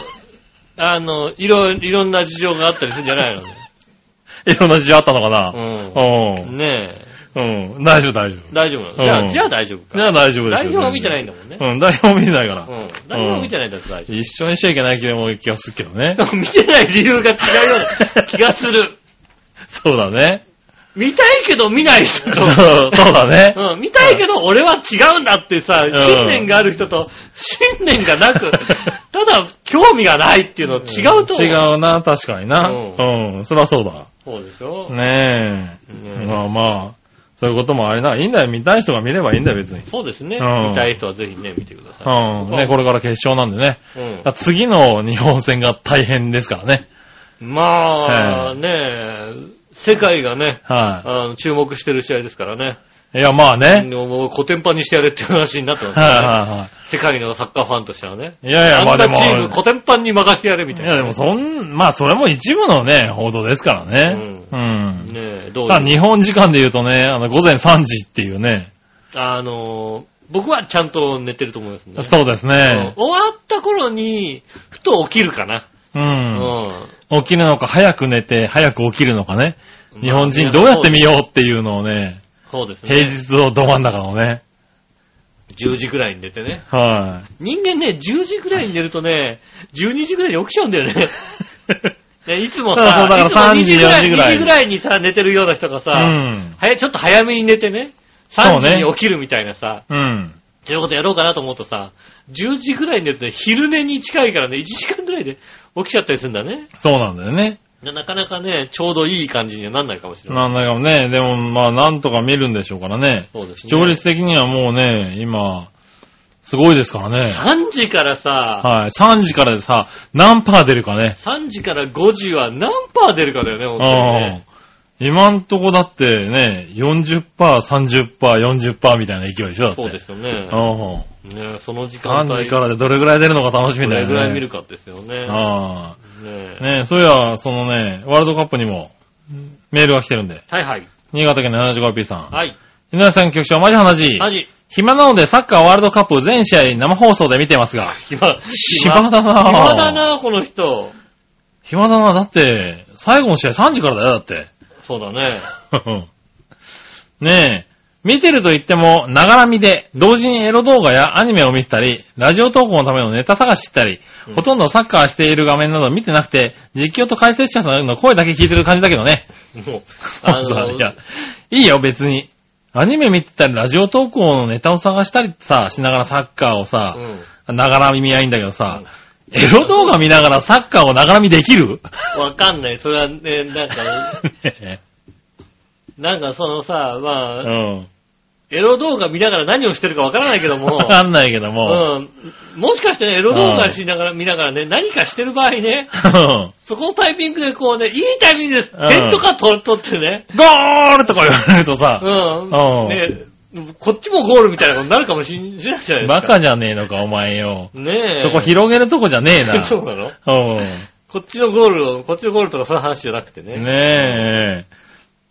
あの、いろ、いろんな事情があったりするんじゃないのね。 いろんな事情あったのかな。ううんん。ねえ。うん。大丈夫、大丈夫。大丈夫なのじゃうあ、んじゃあ大丈夫じゃあか。大丈夫です代よ。表が見てないんだもんね。うん、代表見てないかうら。ん。代表が見てないんだったら大丈夫。一緒にしちゃいけない気も気がするけど ねで。も見てない理由が違うような気がする。そうだね。見たいけど見ない人そう、と、 そう だね。うん、見たいけど俺は違うんだってさ、ん信念がある人と、信念がな く、ただ興味がないっていうのは違うと思う。違うな、確かにな。うん、そりゃそうだ。そうでしょ、ねうえ。んまあまあ、そういうこともあれな。いいんだよ、見たい人が見ればいいんだよ、別に。そうですね、うん見たい人はぜひね、見てくださうん。ね、これから決勝なんでね。い。うんだから次の日本戦が大変ですからね。まはあ、ねえ世界がね、はあの注目してる試合ですからね。い。いや、まあね。もうコテンパンにしてやれっていう話になってますはいからね。はいは世界のサッカーファンとしてはね。い。いやいや、あまあんでなも。チームコテンパンに任せてやれみいたいな。や、でもそん、まあそれも一部のね、報道ですからね。うん。ねえ、どうただいう。日本時間で言うとね、あの、午前3時っていうね。あの、僕はちゃんと寝てると思いますんでね。そうですね。終わった頃に、ふと起きるかな。ううんん。。起きるのか、早く寝て、早く起きるのかね。日本人どうやって見よようっていうのをね、うそうですね。平日のど真ん中のね。 10時くらいに寝てね。は人間ね、10時くらいに寝るとね、12時くらいに起きちゃうんだよ ね。ねいつもさ、そうそうだからいつも2 3時ぐらい4時ぐら2い時ぐらいにさ、寝てるような人がい。うさ、ん。早ちょっと早めに寝てね、3時に起きるみたいなさ、うん。そういうことやろうかなと思うとさ、10時ぐらいに寝るとね昼寝に近いからね、1時間ぐらいで起きちゃったりするんだね。そうなんだよね。ななかなかね、ちょうどいい感じにはなんないかもしれない。なんだかもね、でもまあなんとか見るんでしょうからね。そうです視ね。聴率的にはもうね、今、すごいですからね。 3時からさ、はい。3時からでさ、何パー出るかね。 3時から5時は何パー出るかだよね、本当にうんね。今んとこだってね、40%、30%、40%みたいな勢いでしょだって。そうですよね。うん。ねその時間帯、 3時からでどれぐらい出るのか楽しどみだれよぐね。らい見るかですよね。あねあ。ねえ、そういや、そのね、ワールドカップにも、メールが来てるんで。はいはい。新潟県の 75P さん。はい。井上さん局長、マジ話。マジ。暇なのでサッカーワールドカップ全試合生放送で見てますが。暇、暇だなぁ暇だなぁこの人。暇だな、だって、最後の試合3時からだよ、だって。 そうだね。ねえ、見てると言っても、ながら見で、同時にエロ動画やアニメを見てたり、ラジオ投稿のためのネタ探ししたり、うんほとんどサッカーしている画面など見てなくて、実況と解説者さんの声だけ聞いてる感じだけどね。もう、あ そうの、いや、いいよ、別に。アニメ見てたり、ラジオ投稿のネタを探したりさ、しながらサッカーをうさ、ん。ながら見はいいんだけどさ、エロ動画見ながらサッカーをながら見できるわかんない。それはね、なん か、ねなんかそのさ、えまあ、うん。エロ動画見ながら何をしてるかわからないけども わ、かんないけどうも。ん、もしかしてね、エロ動画しながら、見ながらね、何かしてる場合ね、そこのタイミングでこうね、いいタイミングで、うん点とか取取ってね、 ゴールとか言われるとさ、うん、んね、こっちもゴールみたいなことになるかもしれないじゃないですか。バカじゃねえのか、お前よ。ねえ。そこ広げるとこじゃねえ な。そうなのうこっちのゴールを、こっちのゴールとかそういう話じゃなくてね。ん。ねえ。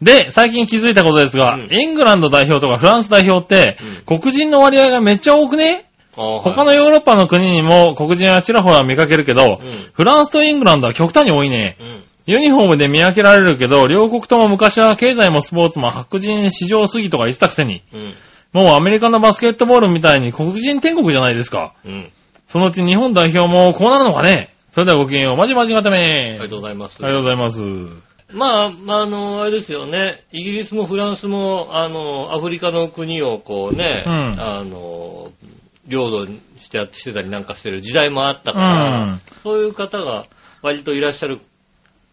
で、最近気づいたことですが、うんイングランド代表とかフランス代表って、黒人の割合がめっちゃ多くねあーはい他のヨーロッパの国にも黒人はちらほら見かけるけど、うんフランスとイングランドは極端に多いね。うん。ユニフォームで見分けられるけど、両国とも昔は経済もスポーツも白人至上主義とか言ってたくせに、うん。もうアメリカのバスケットボールみたいに黒人天国じゃないですか。うん。そのうち日本代表もこうなるのかねそれではごきげんよう。まじまじがため。ありがとうございます。ありがとうございます。まあ、まあ、あの、あれですよね。イギリスもフランスも、あの、アフリカの国をこうね、うんあの、領土にしてやってしてたりなんかしてる時代もあったうから、ん。そういう方が割といらっしゃる。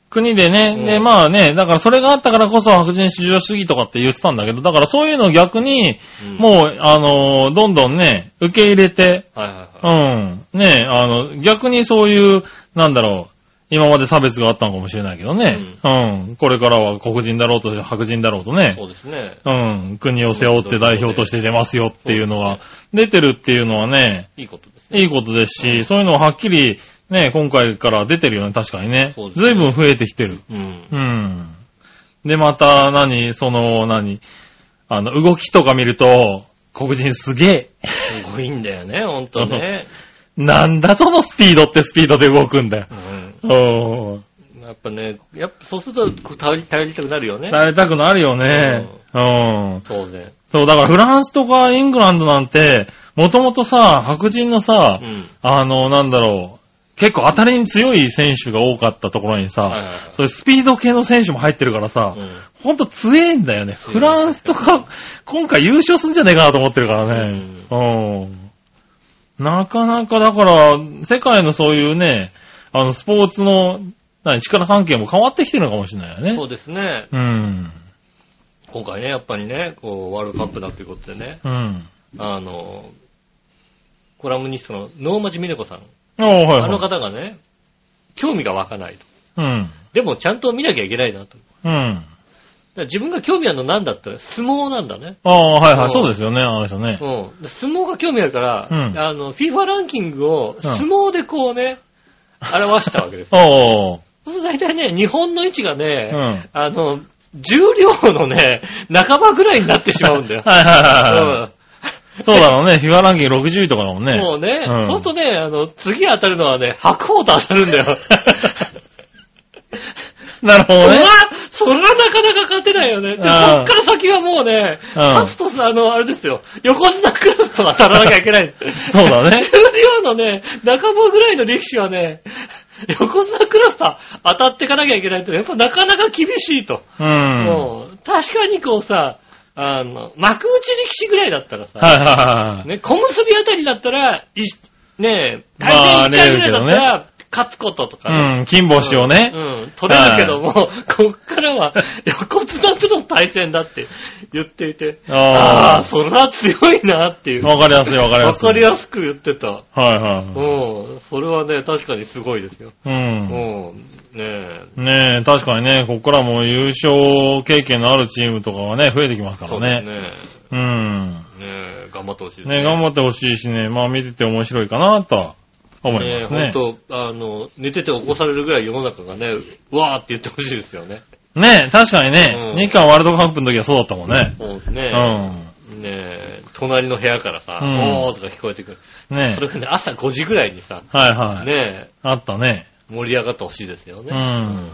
国でね、うんで、まあね、だからそれがあったからこそ白人至上主義とかって言ってたんだけど、だからそういうのを逆に、うんもう、あのーどんどんね、受け入れて、はいはいはうん、ね、あの、逆にそういう、なんだろう、今まで差別があったのかもしれないけどね、うん、これからは黒人だろうと白人だろうとい。ねそ、うですね。うん、国を背負って代表として出ますよっていうのは、出てるっていうのはね、いいことですね。いいことですし、そういうのははっきり、ね、今回から出てるよね、確かにねそう。ですねずいぶん増えてきてる。うん。うん。で、また、何、その、何、あの、動きとか見ると、黒人すげえ。すごいんだよね、ほんとね。 なんだそのスピードってスピードで動くんだよ。うん。うん。あやっぱね、やっぱそうするとこう頼り頼りたくなるよね。食べたくなるよね。うん。当然。そう、だからフランスとかイングランドなんて、もともとさ、白人のうさ、ん。あの、なんだろう、結構当たりに強い選手が多かったところにさ、はいはいはいそういうスピード系の選手も入ってるからさ、うんほんと強えんだよね。強いフランスとか、今回優勝すんじゃねえかなと思ってるからね。うん。なかなかだから、世界のそういうね、あの、スポーツの、何、力関係も変わってきてるのかもしれないよね。そうですね。うん。今回ね、やっぱりね、こう、ワールドカップだっていうことでね、うん。あの、コラムニストの能町みね子さん、ああ、はい、はい。あの方がね、興味が湧かないと。うん。でもちゃんと見なきゃいけないなと。だかうん。ら自分が興味あるのなんだったら相撲なんだね。ああ、はいはうんい。そうですよね、あの人ね。うん。相撲が興味あるから、うんあの、FIFA ランキングを相撲でこうね、表したわけです よ。おー。そうすると大体ね、日本の位置がね、うんあの、重量のね、半ばぐらいになってしまうんだよ。はい はいはいはうい。そうだろうね。フィアランキング60位とかだもんね。ん、もうね、うんそうするとね、あの、次当たるのはね、白鵬と当たる んだよ。なるほそどれねは。、それはなかなか勝てないよね。で、そっあーから先はもうね、うん勝つとさ、あの、あれですよ、横綱クラスと当たらなきゃいけない。そうだね重量のね、中棒ぐらいの力士はね、横綱クラスと当たっていかなきゃいけないって、やっぱなかなか厳しいと。うん。はもう、確かにこうさ、あの、幕内力士ぐらいだったらいさ、はいはいは い。ね、小結びあたりだったら、いねえ、ま大体あ1回ぐらいだったあら、勝つこととかね、うん、金星をね。うん、取れるけども、こっからは横綱との対戦だって言っていて、ああー、あそりゃ強いなっていう。あ。わかりやすいわかりやわすい。かりやすく言ってた。はいうはん、それはね、確かにすごいですよ。い。うう。んん、ねえ。ねえ、確かにね、ここからもう優勝経験のあるチームとかはね、増えてきますかそうらですね。ね。うん。ねえ、頑張ってほしいですね頑張ってほしいしね、まあ見てて面白いかなとは思いねえ、ます本ね。当あの、寝てて起こされるぐらい世の中がね、うわーって言ってほしいですよね。ね確かにねう、ん日韓ワールドカップの時はそうだったもんね。そうですうね。ん。ねえ、隣の部屋からさ、うんおーとか聞こえてくる。ねそれがね、朝5時ぐらいにさ、はいはい。ねえ、あったね。盛り上がってほしいですよね。うん。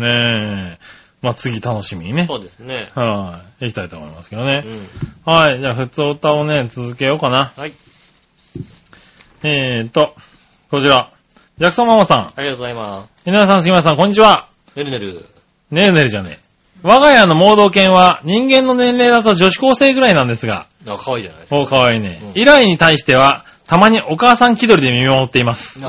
ねえ。まあ次楽しみにね。そうですね。はい。行きたいと思いますけどうね。ん。はい。じゃあ、普通歌をね、続けようかな。はい。えーと、こちら。ジャクソンママさん。ありがとうございま稲田さん、杉村さん、こんにちは。す。ねるねる。ねえねえじゃねえ。我が家の盲導犬は人間の年齢だと女子高生ぐらいなんですが、あ、可愛いじゃないですお、かわいいね。うん依頼に対しては、たまにお母さん気取りで見守っています。か。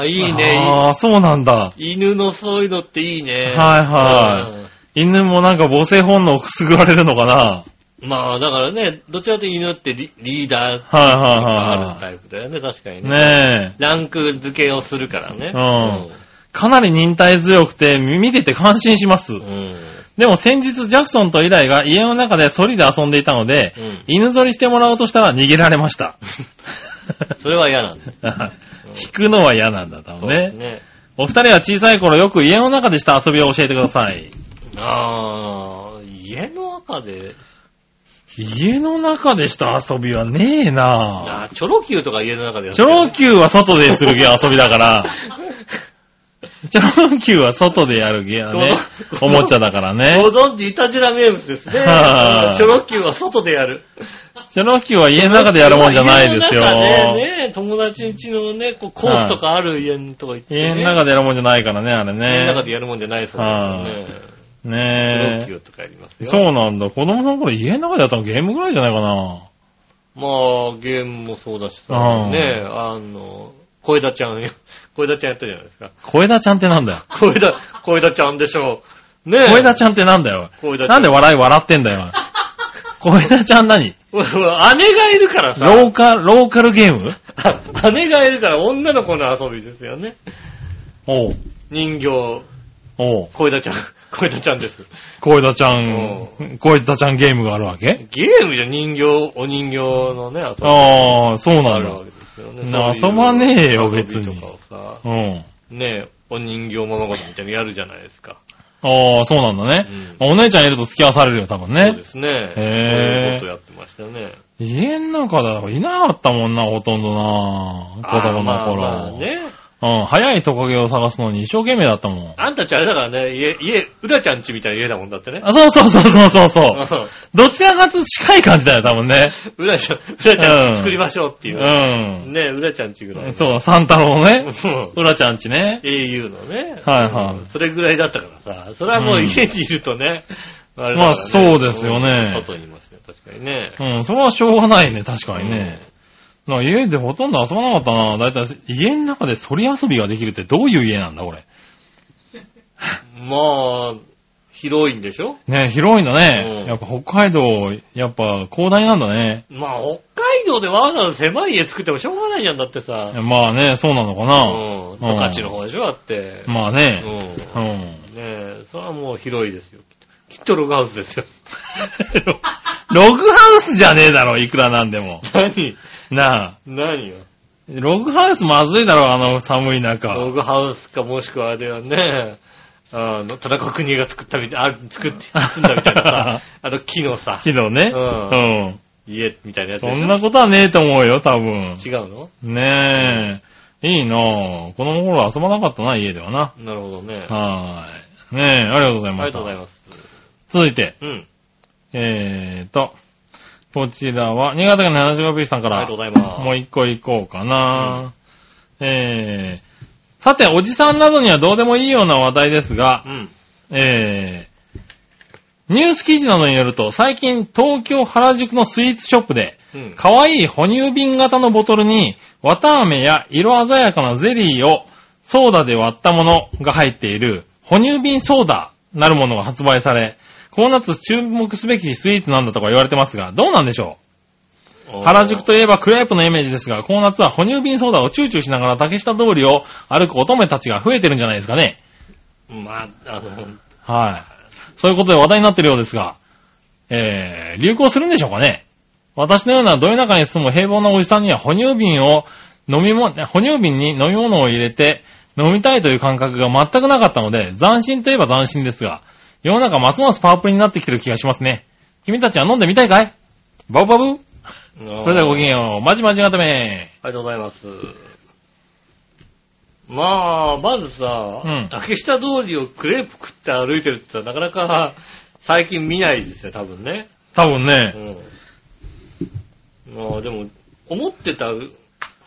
あー、いいね。ああ、そうなんだ。犬のそういうのっていいね。はいはい。犬もなんか母性本能をくすぐられるのかな。まあ、だからね、どちらかというと犬ってリリーダーはいがあはるいはタイプだよね、確かにい。ねえ。ランク付けをするからね。かなり忍耐強くて、見てて感心しますうん。。うん。でも先日、ジャクソンとイライが家の中でソリで遊んでいたので、うん犬ぞりしてもらおうとしたら逃げられ ました。それは嫌なんだ。引くのは嫌なんだ、多分そうですね。ね。お二人は小さい頃よく家の中でした遊びを教えてください。ああ、家の中で、家の中でした遊びはねえあなあ、チョロ Q とか家の中でやってチョるロ Q は外でする遊び だから、チョロ Q は外でやるゲーね、ごお存もちゃだからね。ご存知、いたじら名物ですね。はあチョロ Q は外でやる。チョロ Q は家の中でやるもんじゃないですよ。家の中でね、友達ん家のね、こうコースとかある家のとか行って、ね。家の中でやるもんじゃないからね、あ家れの中でね。やるもんじゃないですからね。チョロね Q とかやりますえ。よ。そうなんだ。子供の頃家の中でやったのゲームぐらいじゃないかな。まあ、ゲームもそうだしさ、うんねえ、あの、小枝ちゃん、小枝ちゃんやったじゃないですか。小枝ちゃんってなんだよ。小枝、小枝ちゃんでしょう。ねえ。小枝ちゃんってなんだよ。小枝ちゃんなんで笑い笑ってんだよ。 小枝ちゃん何姉がいるからさ。ローカル、ローカルゲーム 姉がいるから女の子の遊びですよね。おう。人形、おう。小枝ちゃん、 小枝ちゃんです。小枝ちゃ、うん小枝ちゃんゲームがあるわけゲームじゃ人形、お人形のね、遊びがああ、そうあなんるわだ。けですよね。なそういう遊ばねえよ別に遊びとかをさうん。ねえ、お人形物語みたいにやるじゃないですか。ああ、そうなんだね。お姉ちゃんいると付き合わされるよ、多分そうねで。すね。そうへえいうことやってましたね。家の中だいなかったもんな、ほとんどな。子供の頃。あーまあまあね。うん、早いトカゲを探すのに一生懸命だったもん。あんたちあれだからね、家、家、うらちゃんちみたいな家だもんだってね。あ、そうそうそうそうそうそう う。んどちらかと近い感じだよ、多分ね。うらちゃん、うらちゃん作りましょうっていう。うね、うらちゃんちぐらいん。。そう、サンタロウね。うんうらちゃんちね。 au のね。はいはいそれぐらいだったからさ、それはもう家にいるとね、あれだからねまあそうですよね外にいますね、確かにね。うん、それはしょうがないね、確かにね。なんか家でほとんど遊ばなかったな。だいたい家の中でそり遊びができるってどういう家なんだ、俺。うん。まあ、広いんでしょね広いんだうね。んやっぱ北海道、やっぱ広大なんだね。まあ、北海道でわざわざ狭い家作ってもしょうがないじゃんだってさ。まあね、そうなのかな。うん。十勝の方でしょだって。まあうね。ん。うん。ねえ、それはもう広いですよ。きっとログハウスですよ。 ログハウスじゃねえだろ、いくらなんでも。何なあ。何よ。ログハウスまずいだろ、あの寒い中。ログハウスかもしくはあれはね、あの、田中国が作ったみたい、あ作って、住んだみたい なさ、あの木のさ、昨日ね。うんうん。家みたいなやつそでしょんなことはねえと思うよ、多分。違うのねえ。いいなぁ。子供の頃遊ばなかったな、家ではな。なるほどね。あはーい。ねえ、ありがとうございりまがしとた。うございます。続いて、うん。えーと、こちらは、新潟県の 75P さんかありら、がとうございます。もう一個行こうかな、えー、さて、おじさんなどにはどうでもいいような話題ですがう、ん。えー、ニュース記事などによると、最近東京原宿のスイーツショップで、うん。可愛い哺乳瓶型のボトルに、綿飴や色鮮やかなゼリーをソーダで割ったものが入っている、哺乳瓶ソーダなるものが発売され、この夏注目すべきスイーツなんだとか言われてますが、どうなんでしょう 原宿といえばクレープのイメージですが、この夏は哺乳瓶ソーダをチューチューしながら竹下通りを歩く乙女たちが増えてるんじゃないですかね。まあ、あの、はい。そういうことで話題になってるようですが、えー、流行するんでしょうかね私のようなど夜中に住む平凡なおじさんには哺乳瓶を飲み物、哺乳瓶に飲み物を入れて飲みたいという感覚が全くなかったので、斬新といえば斬新ですが、世の中ますますパワープリになってきてる気がしますね。君たちは飲んでみたいかいバブバブ それではごきげんよう。まじまじがため。ありがとうございます。まあ、まずさ、うん竹下通りをクレープ食って歩いてるってさなかなか最近見ないですよ、多分ね。多分うね。ん。まあ、でも、思ってた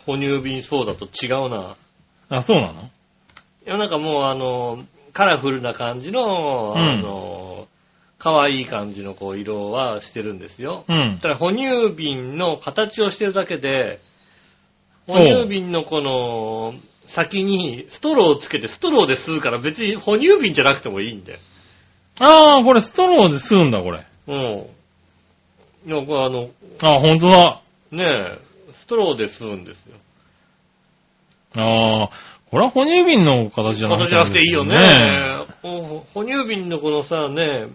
哺乳瓶ソーダと違うな。あ、そうなのいや、なんかもうあの、カラフルな感じの、うんあの、可愛い感じのこう色はしてるんですよ。うん。ただ哺乳瓶の形をしてるだけで、哺乳瓶のこの先にストローをつけてストローで吸うから別に哺乳瓶じゃなくてもいいんだよ。あー、これストローで吸うんだ、これ。うん。いや、これあの、あ、ほんとだ。ねえ、ストローで吸うんですよ。ああ、これは哺乳瓶の形じゃな形くて、じゃなくていいよね。お哺乳瓶のこのさ、ね、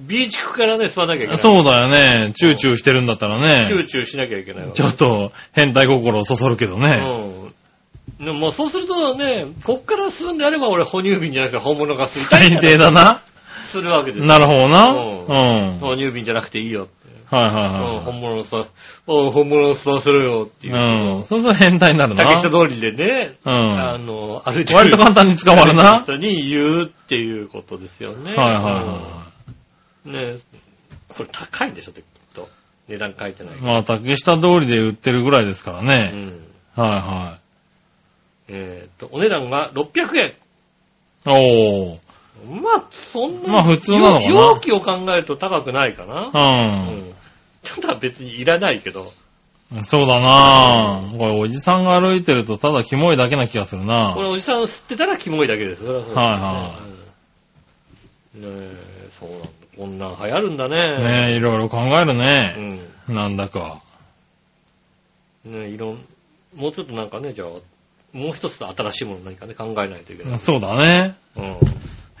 ビーチ区からね、吸わなきゃいけない。う。そうだよね。チューチューしてるんだったらチューね。チューしなきゃいけないわちょっと変態心をそそるけどね。うん。でももうそうするとね、こっから吸うんであれば俺哺乳瓶じゃなくて本物が吸いたい最から低だな。するわけですよ。なるほどな。ううんん。はい哺乳瓶じゃなくていいよ。うんは本物のさ、うん本物を吸わせろよっていいはい。う。。うんそうすると変態になるな。竹下通りでね、うあん。の、歩いて割と簡単に捕まるな。人に言うっていうことですよね。はいはいは。うんねこれ高いんでしょ、きっと。値段書いてないい。まあ、竹下通りで売ってるぐらいですからうね。ん。はえっと、お値段が600円。いはい。まあ、そんな。まあ普通なのかなよ容器を考えると高くないかな。うおー。ん。ただ別にいらないけど。うん。そうだなこれおじさんが歩いてるとただキモいだけな気がするな。これおじさん吸ってたらキモいだけです。それはそうですねはうんねえ、そうなんだ。こんなん流行るんだね。ねえ、いろいろ考えるね。なんだか。うん。ねえいろん、もうちょっとなんかね、じゃあ、もう一つ新しいもの何かね、考えないといけない。そうだね。うん。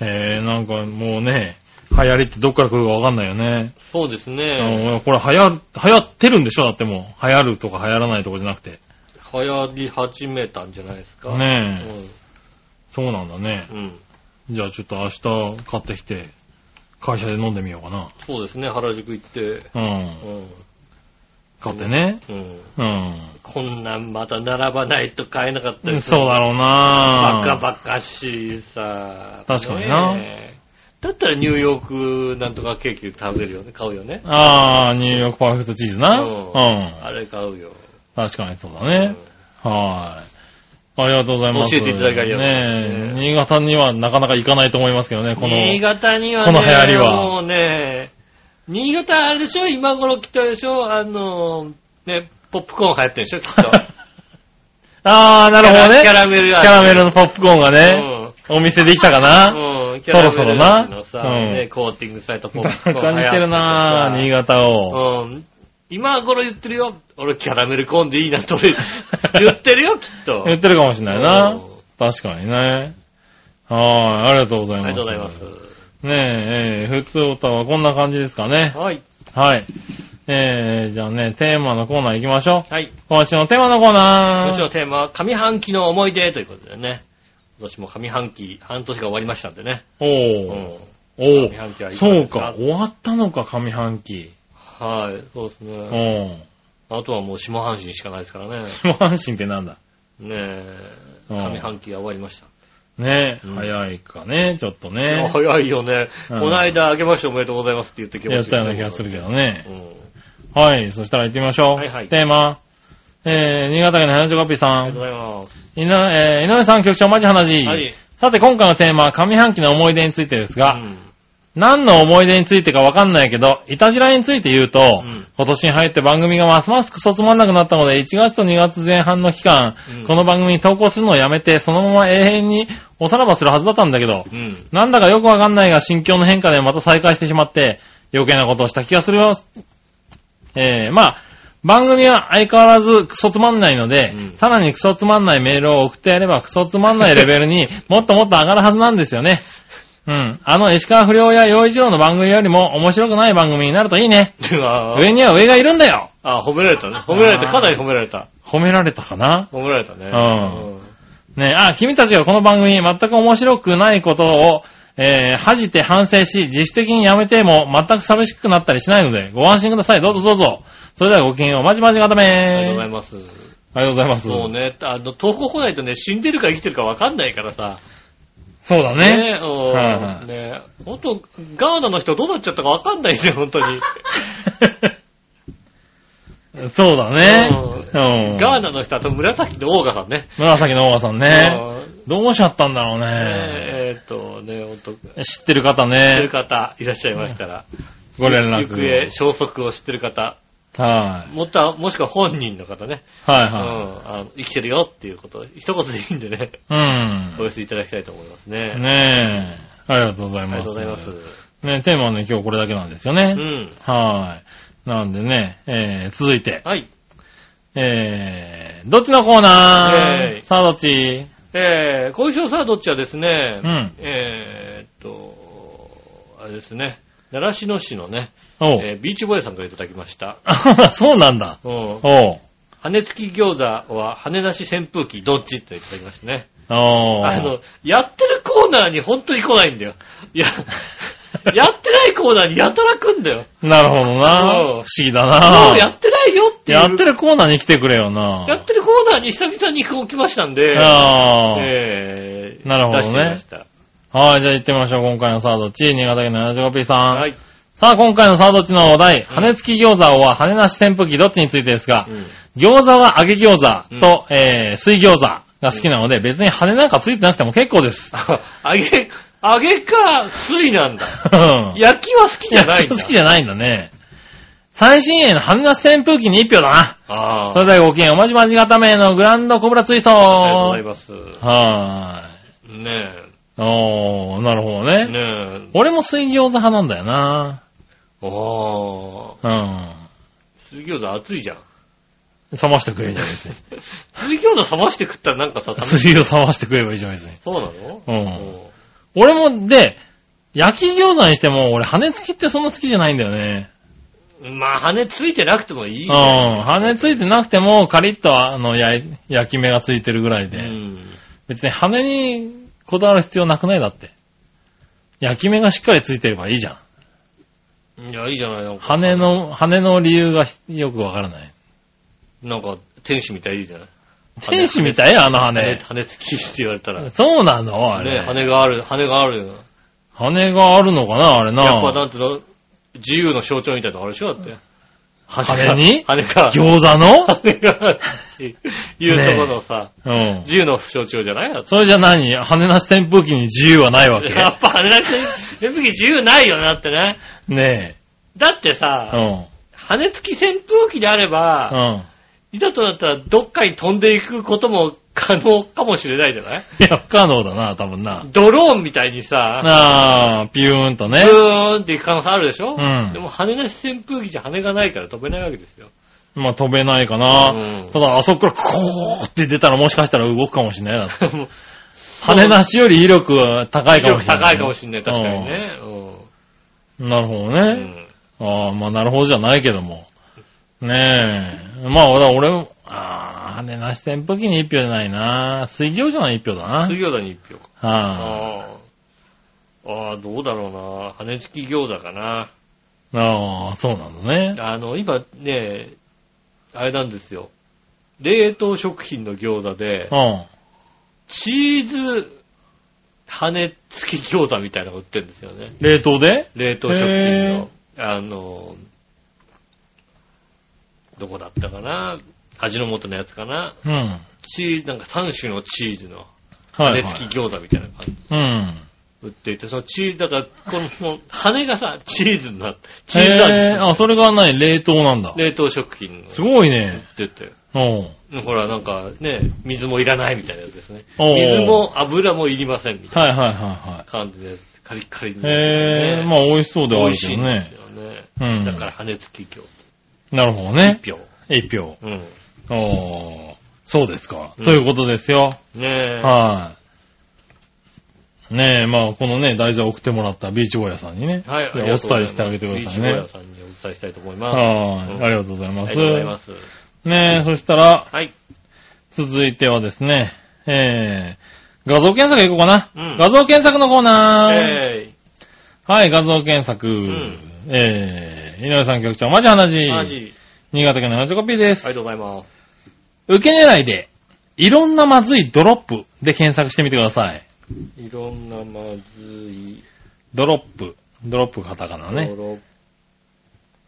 へえ、なんかもうね、流行りってどっから来るかわかんないよね。そうですね。うん、これ流行る、流行ってるんでしょだってもう。流行るとか流行らないとかじゃなくて。流行り始めたんじゃないですか。ねえ、そうなんだねう。ん。うん。じゃあちょっと明日買ってきて、会社で飲んでみようかな。そうですね、原宿行って。うん。うん。買ってね。うん。うん。こんなんまた並ばないと買えなかったうりんするそうだろうなバカバカしいさ。確かになねえだったらニューヨークなんとかケーキ食べるよね、買うよね。ああ、ニューヨークパーフェクトチーズな。ううんあん。れ買うよ。確かにそうだうねん。はーい。ありがとうございます。教えていただきありがとうございますねえ新潟にはなかなか行かないと思いますけどね、この。新潟にはね、この流行りはもうね、新潟あれでしょ今頃きっとあれでしょあの、ね、ポップコーン流行ってるでしょき っと。 ああ、なるほどね。キキャャラメルラメルのポップコーンがね、お店できたかな。うん。うん。キャラメル味のそさ、ろそろなねうんコーティングされたポッ感プコーン流行っじてるな新ててさ潟を。うん。今頃言ってるよ。俺キャラメルコーンでいいなと俺 言ってるよ、きっと。言ってるかもしれないなうん。確かにね。はーい、ありがとうござあいまりがす。とうございます。ねえ、えー、普通歌はこんな感じですかね。はい。はい。えー、じゃあね、テーマのコーナー行きましょう。はい。今週のテーマのコーナー。今週のテーマは上半期の思い出ということでね。今年も上半期、半年が終わりましたんでね。うおー。ん。お上半期はいかがー。そでうすかか、終わったのか、上半期。はい、そうですうん。ね。下あとはもう下半身しかないですからね。半身ってなんだねえ、うん上半期が終わりました。ねえ、うん早いかね、ちょっとね。早いよね。うんこないだあげましておめでとうございますって言ってきやまっしたたよようなね気がするけどね。うん。はい、そしたら行ってみましょう。はいはいテーマ。えー、新潟県の花女カピーあさ。りがとうんございます。いなえー、井上さん局長、マジ話。はい。さて、今回のテーマは上半期の思い出についてですが、うん何の思い出についてかわかんないけど、いたじらについて言うと、ん今年に入って番組がますますくそつまんなくなったので、1月と2月前半の期間、うんこの番組に投稿するのをやめて、そのまま永遠におさらばするはずだったんだけど、うん。 なんだかよくわかんないが心境の変化でまた再開してしまって、余計なことをした気がするよ。えー、まあ、番組は相変わらずクソつまんないので、うんさらにクソつまんないメールを送ってやればクソつまんないレベルに もっともっと上がるはずなんですよね。うん。あの、石川不良や洋一郎の番組よりも面白くない番組になるといいね。うわ上には上がいるんだよあ、褒められたね。褒められた。かなり褒められた。褒められたかな褒められたね。うんねあ、君たちがこの番組全く面白くないことを、えー、恥じて反省し、自主的にやめても全く寂しくなったりしないので、ご安心ください。どうぞどうぞ。それではごきげんよう。まじまじがためありがとうございあます。りがとうございます。そうね、あの、投稿来ないとね、死んでるか生きてるかわかんないからさ。そうだね。ねえ、おはいはーいねえ。ほんと、ガーナの人どうなっちゃったかわかんない ね、ほんとに。そうだね。うん。ガーナの人、あと紫のオーガさんね。紫のオーガさんね。うんどうしちゃったんだろうね。ねええーっと、ね、ほんと、知っ知ってる方てねる。方いらっしゃいましたら、ご連絡。行方、消息を知ってる方、はい。もっとは、もしくは本人の方ね、はいうん、はあの生きてるよっていうこと、一言でいいんで ね、い。うんお。寄せいただきたいと思いますね。ねえ。ありがとうございありがまとうす。ございます。ね、テーマはね、今日これだけなんですようね。ん。はーい。なんでね、えー、続いて、はい。えー、どっちのコーナー、イェーイさあどっちえー、今週さあどっちはですね、うんえーっと、あれですね、習志野市のね、おう。えービーチボーイさんからいただきました。あ そうなんだ。うん。おう。羽根付き餃子は羽なし扇風機どっちといただきましたね。おう。あの、やってるコーナーに本当に来ないんだよ。い や、やってないコーナーにやたら来んだよ。なるほどうな。不ん思議だもなう。やってないよっていう。やってるコーナーに来てくれよな。やってるコーナーに久々にこう来ましたんで。あーえー、なるほどね出してみました。はい、じゃあ行ってみましょう。今回のさあどっち新潟県の 75P さん。はい。さあ、今回のさあどっちのお題、羽根付き餃子は羽根なし扇風機どっちについてですが、うん餃子は揚げ餃子と、えー、水餃子が好きなので、別に羽なんかついてなくても結構です。あ揚げ、揚げか、水なんだ。うん焼きは好きじゃないんだ。好きじゃないんだね。最新鋭の羽なし扇風機に一票だな。ああ。それではごきげんよう、おまじまじ固めのグランドコブラツイスト。ありがとうございはます。ーい。ねおー、なるほどえ。ね。ねえ。俺も水餃子派なんだよな。おー。う水餃子熱いじゃん。ん。冷ましてくればいいじゃん、別に。 水餃子冷まして食ったらなんか さ、冷め水を冷ましてくればいいじゃん、別に。そうなのうんおー俺も、で、焼き餃子にしても、俺、羽根付きってそんな好きじゃないんだよね。まあ、羽ついてなくてもいい。うん。羽ついてなくても、カリッと、あの、やい焼き目がついてるぐらいで。うん。別に羽にこだわる必要なくないだって。焼き目がしっかりついてればいいじゃん。いや、いいじゃないの。羽の、羽の理由がひよくわからない。なんか、天使みたいでいいじゃない。天使みたいあの羽、羽。羽付きって言われたら。ね、そうなのあれ。羽がある、羽があるよ。羽があるのかなあれな。やっぱなんていうの、自由の象徴みたいなのあるでしょだって。羽に羽か。餃子の羽が、いうところのさ、うん。自由の象徴じゃないだってそれじゃ何羽なし扇風機に自由はないわやっけぱ羽だけ、やっぱり自由ないよなってね。ねだってえ。さ、うん。羽付き扇風機であれば、うん。いざとなったらどっかに飛んでいくことも可能かもしれないじゃないいや、不可能だな、多分な。ドローンみたいにさ、ああ、ピューンとブね。ーンって行く可能性あるでしょうんでも羽なし扇風機じゃ羽がないから飛べないわけですよ。まあ飛べないかな。うんただ、あそこからコーって出たらもしかしたら動くかもしれないな。もう羽なしより威力は 高いかもしれない。威力高いかもしれない、確かにね。なるほどうね。ん。ああ、まあなるほどじゃないけども。ねえ。まあ、だから俺も、ああ、羽なし扇風機に一票じゃないな。水餃子の一票だな。水餃子に一票か。はあああ。ああ、どうだろうな。羽根付き餃子かな。あ、ああ、そうなのね。あの、今ね、あれなんですよ。冷凍食品の餃子でう、ん。チーズ羽根付き餃子みたいなの売ってるんですよね。冷凍で冷凍食品への。あの、どこだったかな味の素のやつかなうん。チーズ、なんか3種のチーズのは羽根い、はい。付き餃子みたいな感じう売ん。っていて、そのチーズ、だから、この、その羽がさ、チーズになって、チへーズなんですえ、よ。あ、それが何冷凍なんだ。冷凍食品の。すごい売っね。てて。うん。ほら、なんかね、水もいらないみたいなやつですね。おー水も油もいりませんみたいはいはいはいはな感じで、カリッカリにい。なっててへえ、まあ美味しそうでは美ある味けしいどんですね。よね。うん。だから、羽付き餃子。なるほどね。一票。一票。うん。おー。そうですか。うんということですよ。ねえ。はい。ねえ、まあ、このね、題材を送ってもらったビーチボーヤさんにね、はい、お伝えしてあげてくださいねビーチボーヤ。さんにお伝えしたいと思います。はい、うんありがとうございあまりす。がとうございます。ねえ、そしたら、はい。続いてはですね、えー、画像検索いこうかな。うん画像検索のコーナー。えはい、画像検索。んえー、井上さん局長、マジ話。ー、マジ。あり新潟県のラジコピーです。がとうございます。受け狙いで、いろんなまずいドロップで検索してみてください。いろんなまずい、ドロップ。ドロップカタカナねド。ロッ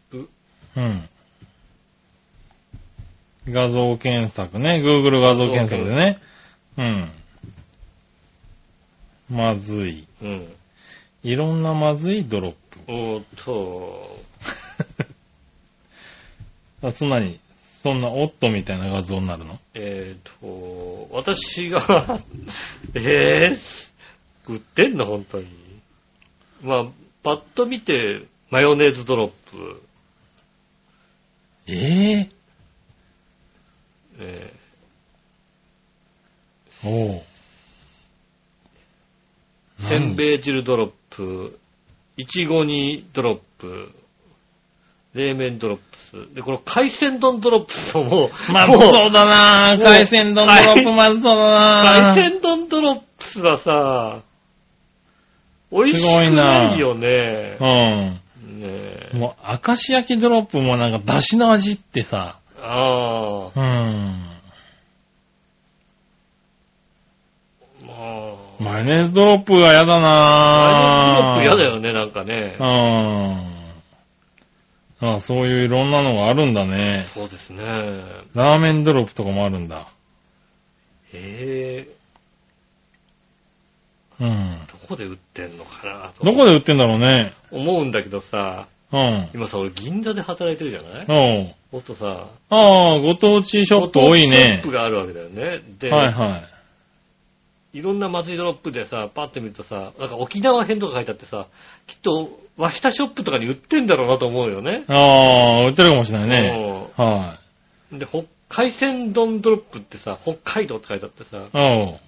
プ、うん。画像検索ね。Google 画像検索でね。うん。まずい。うん。いろんなまずいドロップ。おーっと、 あそんなに、そんなオットみたいな画像になるのえーっと、私が、 えぇ、売ってんの本当に。まあ、パッと見て、マヨネーズドロップ、えええおうーせんべい汁ドロップ、いちご煮ドロップ、冷麺ドロップス。で、この海鮮丼ドロップスともう、まずもそうだなぁもう海鮮丼ドロップまずそうだなぁ海鮮丼ドロップスはさ、美味しくないよね。ねうん。え。もう、明石焼きドロップもなんか、出汁の味ってさ、ああ、うん。まあ。マヨネーズドロップは嫌だなぁマヨネーズドロップ嫌だよね、なんかね。うん。あそういういろんなのがあるんだね。そうですね。ラーメンドロップとかもあるんだ。へえ、うん。どこで売ってんのかなとどこで売ってんだろうね。思うんだけどさ、うん。今さ、俺銀座で働いてるじゃないおうもっとさ、ああ、ご当地ショップ多いショねップ。があるわけだよね。で、はいはい。いろんな祭りドロップでさ、パッて見るとさ、なんか沖縄編とか書いてあってさ、きっと、和下ショップとかに売ってんだろうなと思うよね。ああ、売ってるかもしれないね。はうんで、北海鮮丼ドロップってさ、北海道って書いてあってさ、い。おう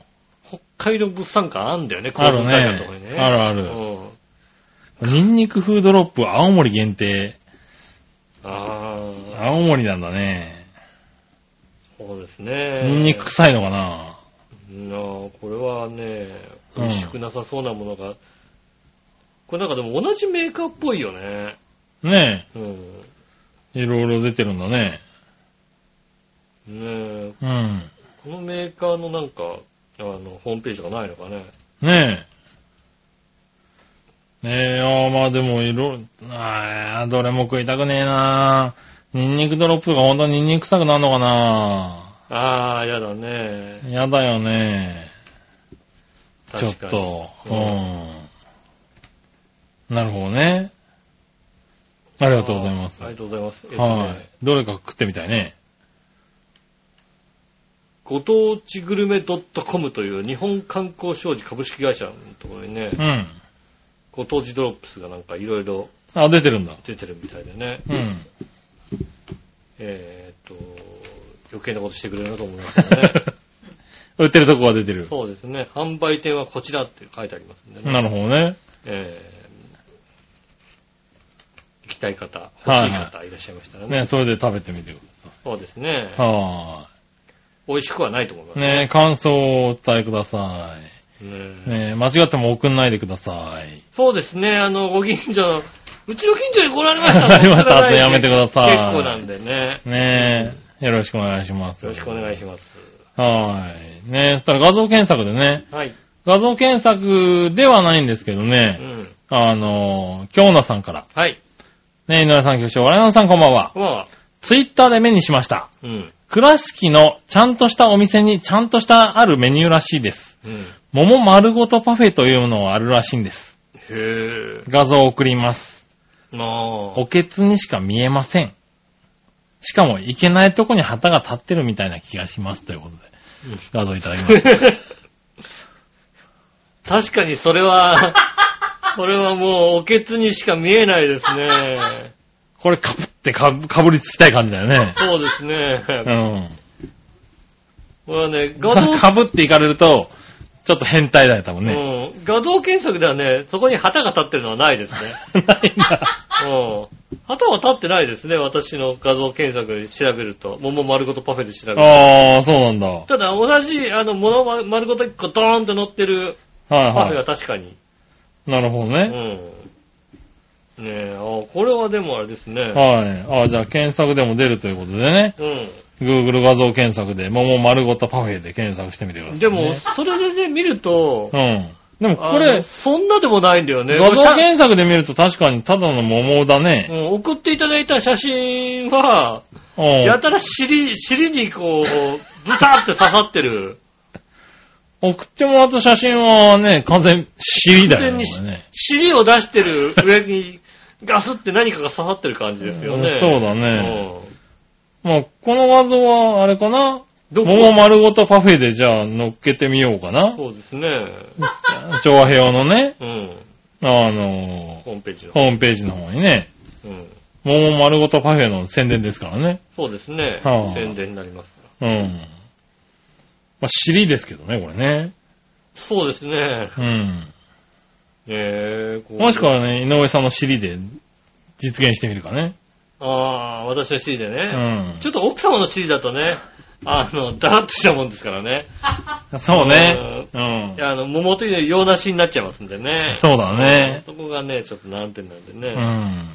北海道物産館あんだよね、ある高級なとこにね。あるある。うん。ニンニク風ドロップ、青森限定。ああ、青森なんだね。そうですね。ニンニク臭いのかななあ、これはね、うん美味しくなさそうなものが、これなんかでも同じメーカーっぽいよね。ねうん。え、いろいろ出てるんだね。ねえ、うん。このメーカーのなんか、あの、ホームページがないのかね。ねえ。ねえ、ああ、まあでもいろ、ああ、どれも食いたくねえなニンニクドロップとか本当にニンニク臭くなるのかなあー、やだね。やだよねちょっ確かにと。ううんん。なるほどね。ありがとうございます。あーあはりがとうございます。えっとねい。どれか食ってみたいね。ご当地グルメ .com という日本観光商事株式会社のところにね、うん。ご当地ドロップスがなんかいろいろあ、出てるんだ。出てるみたいでね、うん。えーっと、余計なことしてくれるなと思いますけ どね。 売ってるとこが出てる。そうですね。販売店はこちらって書いてありますんでね。なるほどね。えー行きたい方、欲はいしはいい方いらっしゃいましたらね。ね、それで食べてみてくだそうですね。さい。は美味しくはないと思いまーすい。ね感想をお伝えくださねい。ね間違っても送んないでください。そうですね。あの、ご近所の、うちの近所に来られました 来られましたってやめてください結構なんでね。ねよろしくお願いします。よろしくお願いしします。ます。はーい。ねそしたら画像検索でね、はい。画像検索ではないんですけどうね、ん。あのー、京奈さんから、はい。ね井上さん、局長、我々さんこんばんは。こんばんは。ツイッターで目にしました。うん。倉敷のちゃんとしたお店にちゃんとしたあるメニューらしいです。うん。桃丸ごとパフェというのがあるらしいんです。へえ。画像を送ります。なあ。おけつにしか見えません。しかも、いけないとこに旗が立ってるみたいな気がします。ということうで、ん画像いただき ました。確かにそれは、それはもう、おけつにしか見えないですね。これ、かぶってかぶ、かぶりつきたい感じだよね。 そうですうね。ん。これはね、画像か、かぶっていかれると、ちょっと変態だよ、多分ね。うん、画像検索ではね、そこに旗が立ってるのはないですね。 ないんだ。うん。旗は立ってないですね、私の画像検索で調べると。桃丸ごとパフェで調べると。ああ、そうなんだ。はただ、同じ、あの、物ま丸ごと1個ドーンと乗ってるパフいェはは確かに。い。なるほどうね。ん。ねえ、あこれはでもあれですね。はい。ああ、じゃあ検索でも出るということでね。うん。 Google 画像検索で、桃丸ごとパフェで検索してみてください、ね。でも、それでね、見ると、うん。でもここれ、れ、そんなでもないんだよね。画像写検索で見ると確かにただの桃だうね。ん、送っていただいた写真は、うん。やたら尻、尻にこう、ブタって刺さってる。 送ってもらった写真はね、完全尻だよね。完これね尻を出してる上に、ガスって何かが刺さってる感じですよね。うんそうだね。まあ、この画像は、あれかうなん。どこ桃丸ごとパフェでじゃあ乗っけてみようかな。そうですね。調和平和のね、うん。あのホームページのー、。ホームページの方にね、うん。桃丸ごとパフェの宣伝ですからね。そうですね。はあ宣伝になります。うん。まあ、尻ですけどね、これね。そうですね。うん。えー、こうもしくはね、井上さんの尻で実現してみるかね。ああ、私の C でうね。んち。ょっと奥様の C だとね、あの、だらっとしたもんですからね。そうね。うんい。やあの、桃という洋梨になっちゃいますんでね。そうだね。そこがね、ちょっと難点なんでうね。ん。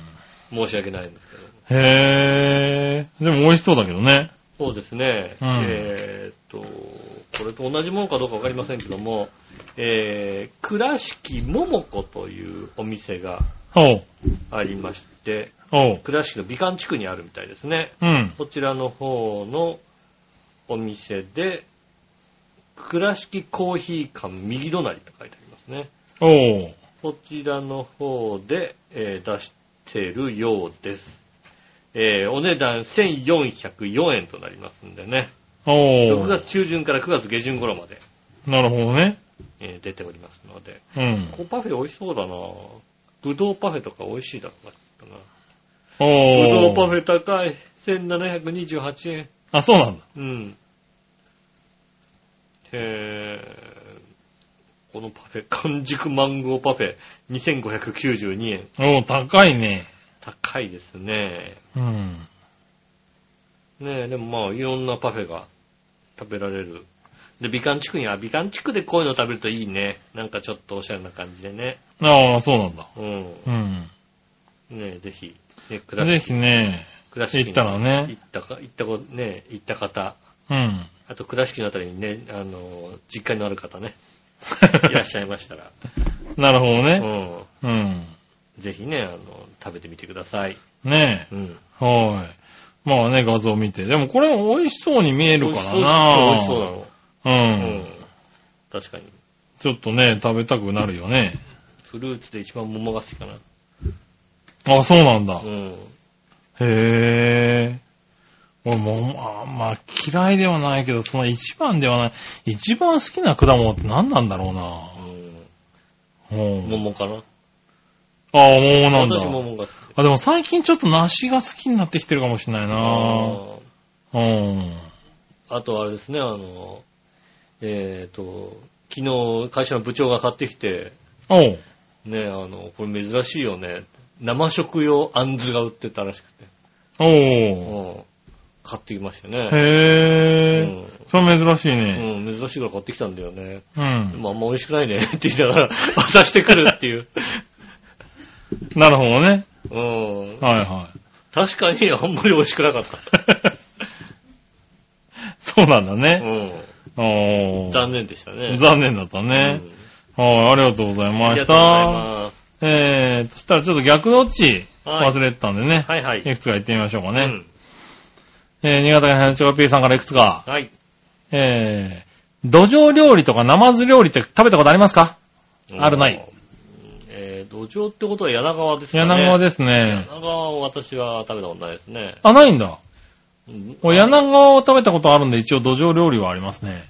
申し訳ないんですけど。へえ。でも美味しそうだけどね。そうですね。うんえーっと、これと同じものかどうかわかりませんけども、えー、倉敷桃子というお店がおう。ありまして、おう。倉敷の美観地区にあるみたいですね。うん。こちらの方のお店で、倉敷コーヒー館右隣と書いてありますね。おう。こちらの方で、えー出してるようです。えーお値段1404円となりますんでね。お6う。月中旬から9月下旬頃まで、なるほどね。えー出ておりますので。うん。ここパフェ美味しそうだなぶどうパフェとか美味しいだろうなきっとな。ぶおどうパフェ。ェ高い。1728円。あ、そうなんだ。うん。えー、このパフェ、 完熟マンゴーパフェ、2592円。おう、高いね。高いですね。うん。ねえ、でもまあ、いろんなパフェが食べられる。で、美観地区には、美観地区でこういうの食べるといいね。なんかちょっとおしゃれな感じでね。ああ、そうなんだ。うん。うん。ねえ、ぜひ、ね、くだぜひね、倉敷行ったらね行、ったか、行ったこ、ね、行った方、うん。あと倉敷のあたりにね、あの、実家のある方 ね、いらっしゃいましたら、なるほどうね。ん。うん。ぜひね、あの、食べてみてください。ねえ。うん。はい。まあね、画像見て。でもこれ美味しそうに見えるからな美味しそう美味しう。そうなの。うんん。確かに。ちょっとね、食べたくなるよね。フルーツで一番桃が好きかな。あ、そうなんだう。ん。へえ。俺も、あまあ嫌いではないけど、その一番ではない。一番好きな果物って何なんだろうなうん。うん。桃かな。ああ、桃なんだ私。桃が好き。あ、でも最近ちょっと梨が好きになってきてるかもしれないなあーうん。あとあれですね、あの、えっ、と、昨日会社の部長が買ってきて、おう。ね、あの、これ珍しいよね。生食用あんずが売ってたらしくて。おう。うん。買ってきましたね。うへえ。ん。それ珍しいね。うん、珍しいから買ってきたんだよね。うん。まあ、あんま美味しくないね って言いながら渡してくるっていう。なるほどね。うん。はいはい。 確かにあんまり美味しくなかった。そうなんだうね。ん。おー残念でしたね。残念だったねう。んはい、ありがとうございあまりがとうございした。ます。えー、そしたらちょっと逆どっちはい忘れてたんでね。はいはい。いくつか行ってみましょうかうね。んえー、新潟県のチョコピーさんからいくつか。はい。えー、土壌料理とかナマズ料理って食べたことありますかあるないうん。えー、土壌ってことは柳川ですかね。柳川です柳ね。川を私は食べたことないですね。あ、ないんだ。うんもう柳川を食べたことあるんで一応土壌料理はありま すね。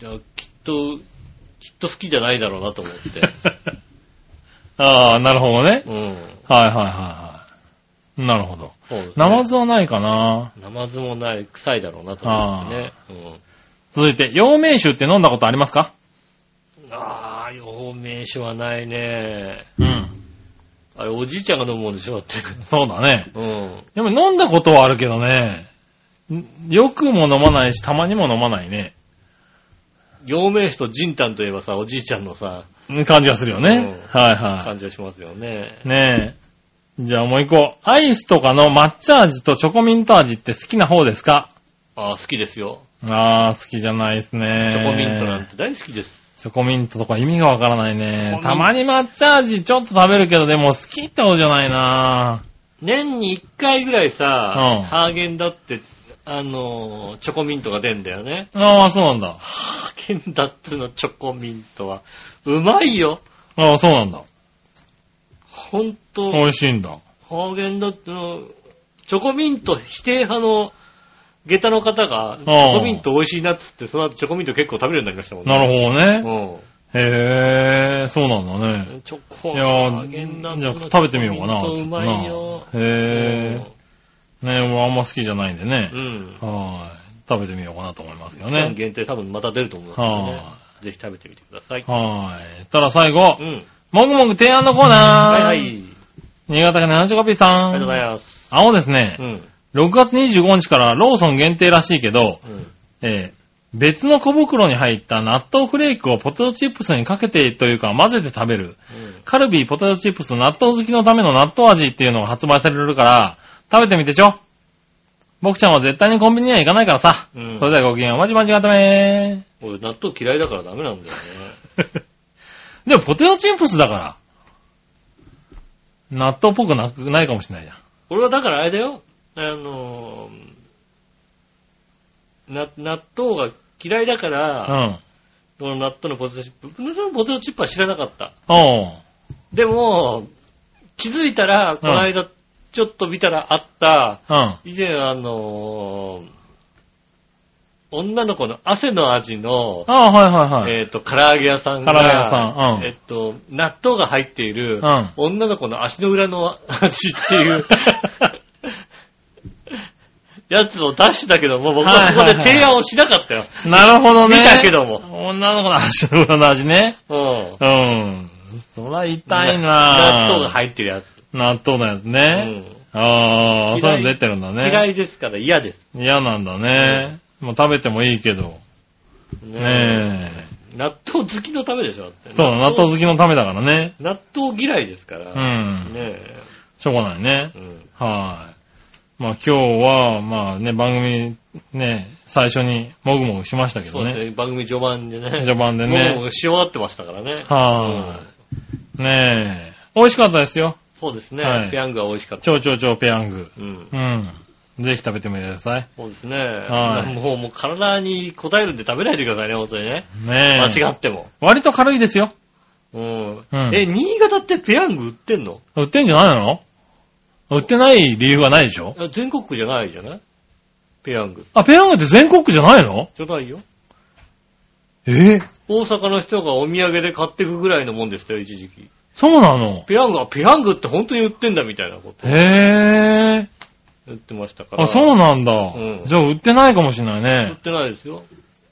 じゃあきっと、きっと好きじゃないだろうなと思って。あー、なるほどね。うん。はいはいはいはい。なるほど。そうですねナマズはないかなナマズもない、臭いだろうなと思ってね。うん。続いて、陽明酒って飲んだことありますかああ、陽明酒はないね。うん。あれ、おじいちゃんが飲むもんでしょだって。そうだね。うん。でも飲んだことはあるけどね。んよくも飲まないし、たまにも飲まないね。陽明酒とジンタンといえばさ、おじいちゃんのさ、うん感じがするよね。うんはいは感じがしますよね。い。ねえ。じゃあもう一個。アイスとかの抹茶味とチョコミント味って好きな方ですかああ、好きですよ。あー、好きじゃないですね。チョコミントなんて大好きです。チョコミントとか意味がわからないね。チョコたミンまに抹茶味ちょっと食べるけど、でも好きって方じゃないな年に1回ぐらいさ、うんハーゲンダって、あのー、チョコミントが出んだよね。あー、そうなんだ。ハーゲンダッツのチョコミントは、うまいよ。あー、そうなんだ。ほんと、美味しいんだ。ハーゲンダッツの、チョコミント否定派の下駄の方が、チョコミント美味しいなっつって、その後チョコミント結構食べるようになりましたもんね。なるほどね。ほど。へー、そうなんだね。うん。チョコ、いやーじゃあ食べてみようかなチョコミントうまいよ。へーね、俺あんま好きじゃないんでねう。ん。はーい。食べてみようかなと思いますけど期間ね。限定多分また出ると思うのでねは。ぜひ食べてみてください。はーい。たら最後う、ん。もぐもぐ提案のコーナー。はいはい。あり新潟県七十コピーさん。がとうございまます。す。青ですねう、ん。 6月25日からローソン限定らしいけど、うん。えー別の小袋に入った納豆フレークをポテトチップスにかけてというか混ぜて食べる。カルビーポテトチップス納豆好きのための納豆味っていうのが発売されるから、食べてみてちょ。僕ちゃんは絶対にコンビニには行かないからさ。うんそれではご機嫌お待ち間違っため俺納豆嫌いだからダメなんだよね。 でもポテトチップスだから。納豆っぽくなくないかもしれないじゃん。俺はだからあれだよ。あのー、な、納豆が嫌いだから、うん。この納豆のポテトチップ、納豆のポテトチップは知らなかった。おうでも、気づいたら、この間、ちょっと見たらあった、うん。以前あのー、女の子の汗の味の、ああ、はいはいはい。えっ、と、唐揚げ屋さんが、唐揚げ屋さんうんえっ、と、納豆が入っている、うん女の子の足の裏の 味っていう、やつを出したけども、僕はここで提案をしなかったよ。なるほどね。見たけども。女の子の足の裏の味ね。うん。うん。そら痛いな納豆が入ってるやつ。納豆のやつうね。ん嫌ああ、いそういうの出てるんだね。嫌いですから嫌です。嫌なんだね。もう食べてもいいけど。ね納豆好きのためでしょだってえ。そうだ、納豆好きのためだからね。納豆嫌いですかうら。ねん。え。ししょうがないね。うん。はい。まあ今日は、まあね、番組ね、最初にもぐもぐしましたけそうどですね。ね。番組序盤でね。序盤でもうもね。うし終わってましたからね。はうんい。ねえ。美味しかったですよ。そうですね。はいペヤングは美味しかった。超超超ペヤング。うん。うん。ぜひ食べてみてください。そうですね。はいもう、もう体に答えるんで食べないでくださいね、本当にね。ねえ。間違っても。割と軽いですよ。うん。うんえ、新潟ってペヤング売ってんの売ってんじゃないの売ってない理由はないでしょあ全国区じゃないじゃないペヤング。あ、ペヤングって全国区じゃないのじゃないよ。え大阪の人がお土産で買ってくぐらいのもんでしたよ、一時期。そうなのペヤングはペヤングって本当に売ってんだみたいなことへえ。言ってましたから。あ、そうなんだ。うんじゃあ売ってないかもしれない売っね。てないですよ。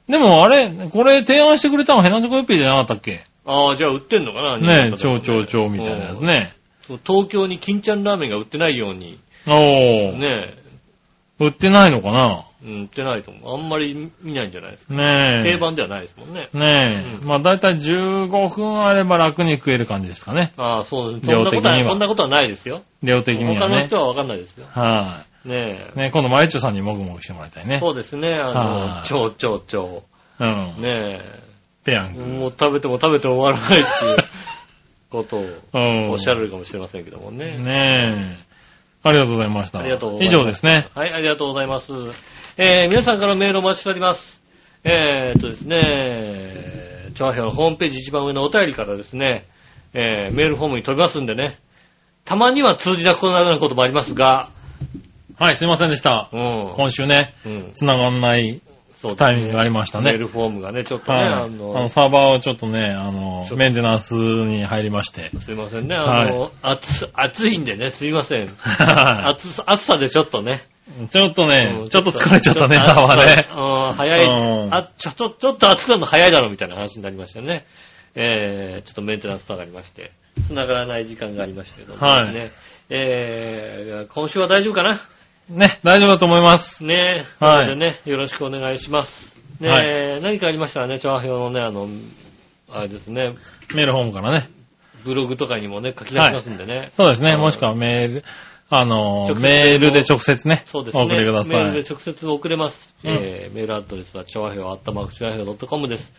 でもあれ、これ提案してくれたのヘナチョコヨッピーじゃなかったっけああ、じゃあ売ってんのかなね新え、潟超だと超超みたいなやつね。うん東京に金ちゃんラーメンが売ってないように、おー。ね売ってないのかなえ、うん売ってないと思う。あんまり見ないんじゃないですか。ねえ。定。番ではないですもんね。ねえ。うんまあだいたい15分あれば楽に食える感じですかね。ああ、そう、そん量なこ的とには、はそんなことはないですよ。量的に他はのね人。はわかんないですよ。はねい。ね今度マユッチョさんにもぐもぐしてもらいたいえ。ね。そうですね、あはの、い超超超。うん。ねペヤンえ、グ。もう食べても食べても終わらないっていうことをうんおっしゃるかもしれませんけどもね。ねえ。ありがとうございました。ありがとうございます。以上ですね。。はい、ありがとうございます。えー、皆さんからメールをお待ちしております。えー、っとですね、調和表のホームページ一番上のお便りからですね、えー、メールフォームに飛びますんでね、たまには通じなくなることもありますが、はい、すいませんでした。うん。今週ね、うん。繋がんないそうですタイねミングがありましたねメー。ルフォームがね、ちょっとね、はい。ああのの、、サーバーをちょっとね、あのちょっと、メンテナンスに入りまして。すいませんね、あの、暑、暑いんでね、すいません。暑さ、暑さでちょっとね。 ちょっとうねん、ちょっと疲れちゃったね、ちょサっとーバーね。うん、早い。うんあ、ちょ、ちょ、ちょっと暑くなるの早いだろ、みたいな話になりましたよね。えー、ちょっとメンテナンスとかありまして、繋がらない時間がありましたけどもはでいすね。えー、今週は大丈夫かなね、大丈夫だと思います。ねえ。はいなのでね、よろしくお願いします。ねえ、何かありましたらね、調和表のね、あの、あれですね、メールホームからね。ブログとかにもね、書き出しますんでね。そうですうね、んもしくはメール、あ直の接、メールで直接ね、そうですね。お送りくださメールいで。直接送れます。うんえーメールアドレスは、調和表、あったまく調和表 .com です。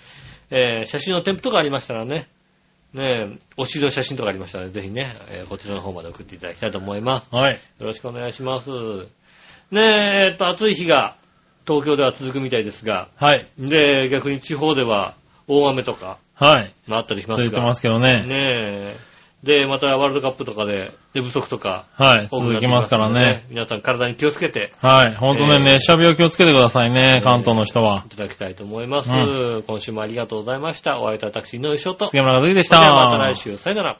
えー写真の添付とかありましたらね、ねえ、お尻の写真とかありましたら、ぜひね、えーこちらの方まで送っていただきたいと思います。はい。よろしくお願いします。ねえ、えっと、暑い日が東京では続くみたいですが、はい。で、逆に地方では大雨とか、はい。まあ、あったりしま続すいてがま、すけどねね。え、で、またワールドカップとかで寝不足とか、はい。多くな続ってきますからね。。皆さん体に気をつけて、はい。ほんとね、えー熱射病気をつけてくださいねえ、ー。関東の人はいただきたいと思います。う今週もありがとうございました。お会いいたい私、井上翔と。杉村和樹でしそれでた。はまた来週、さよなら。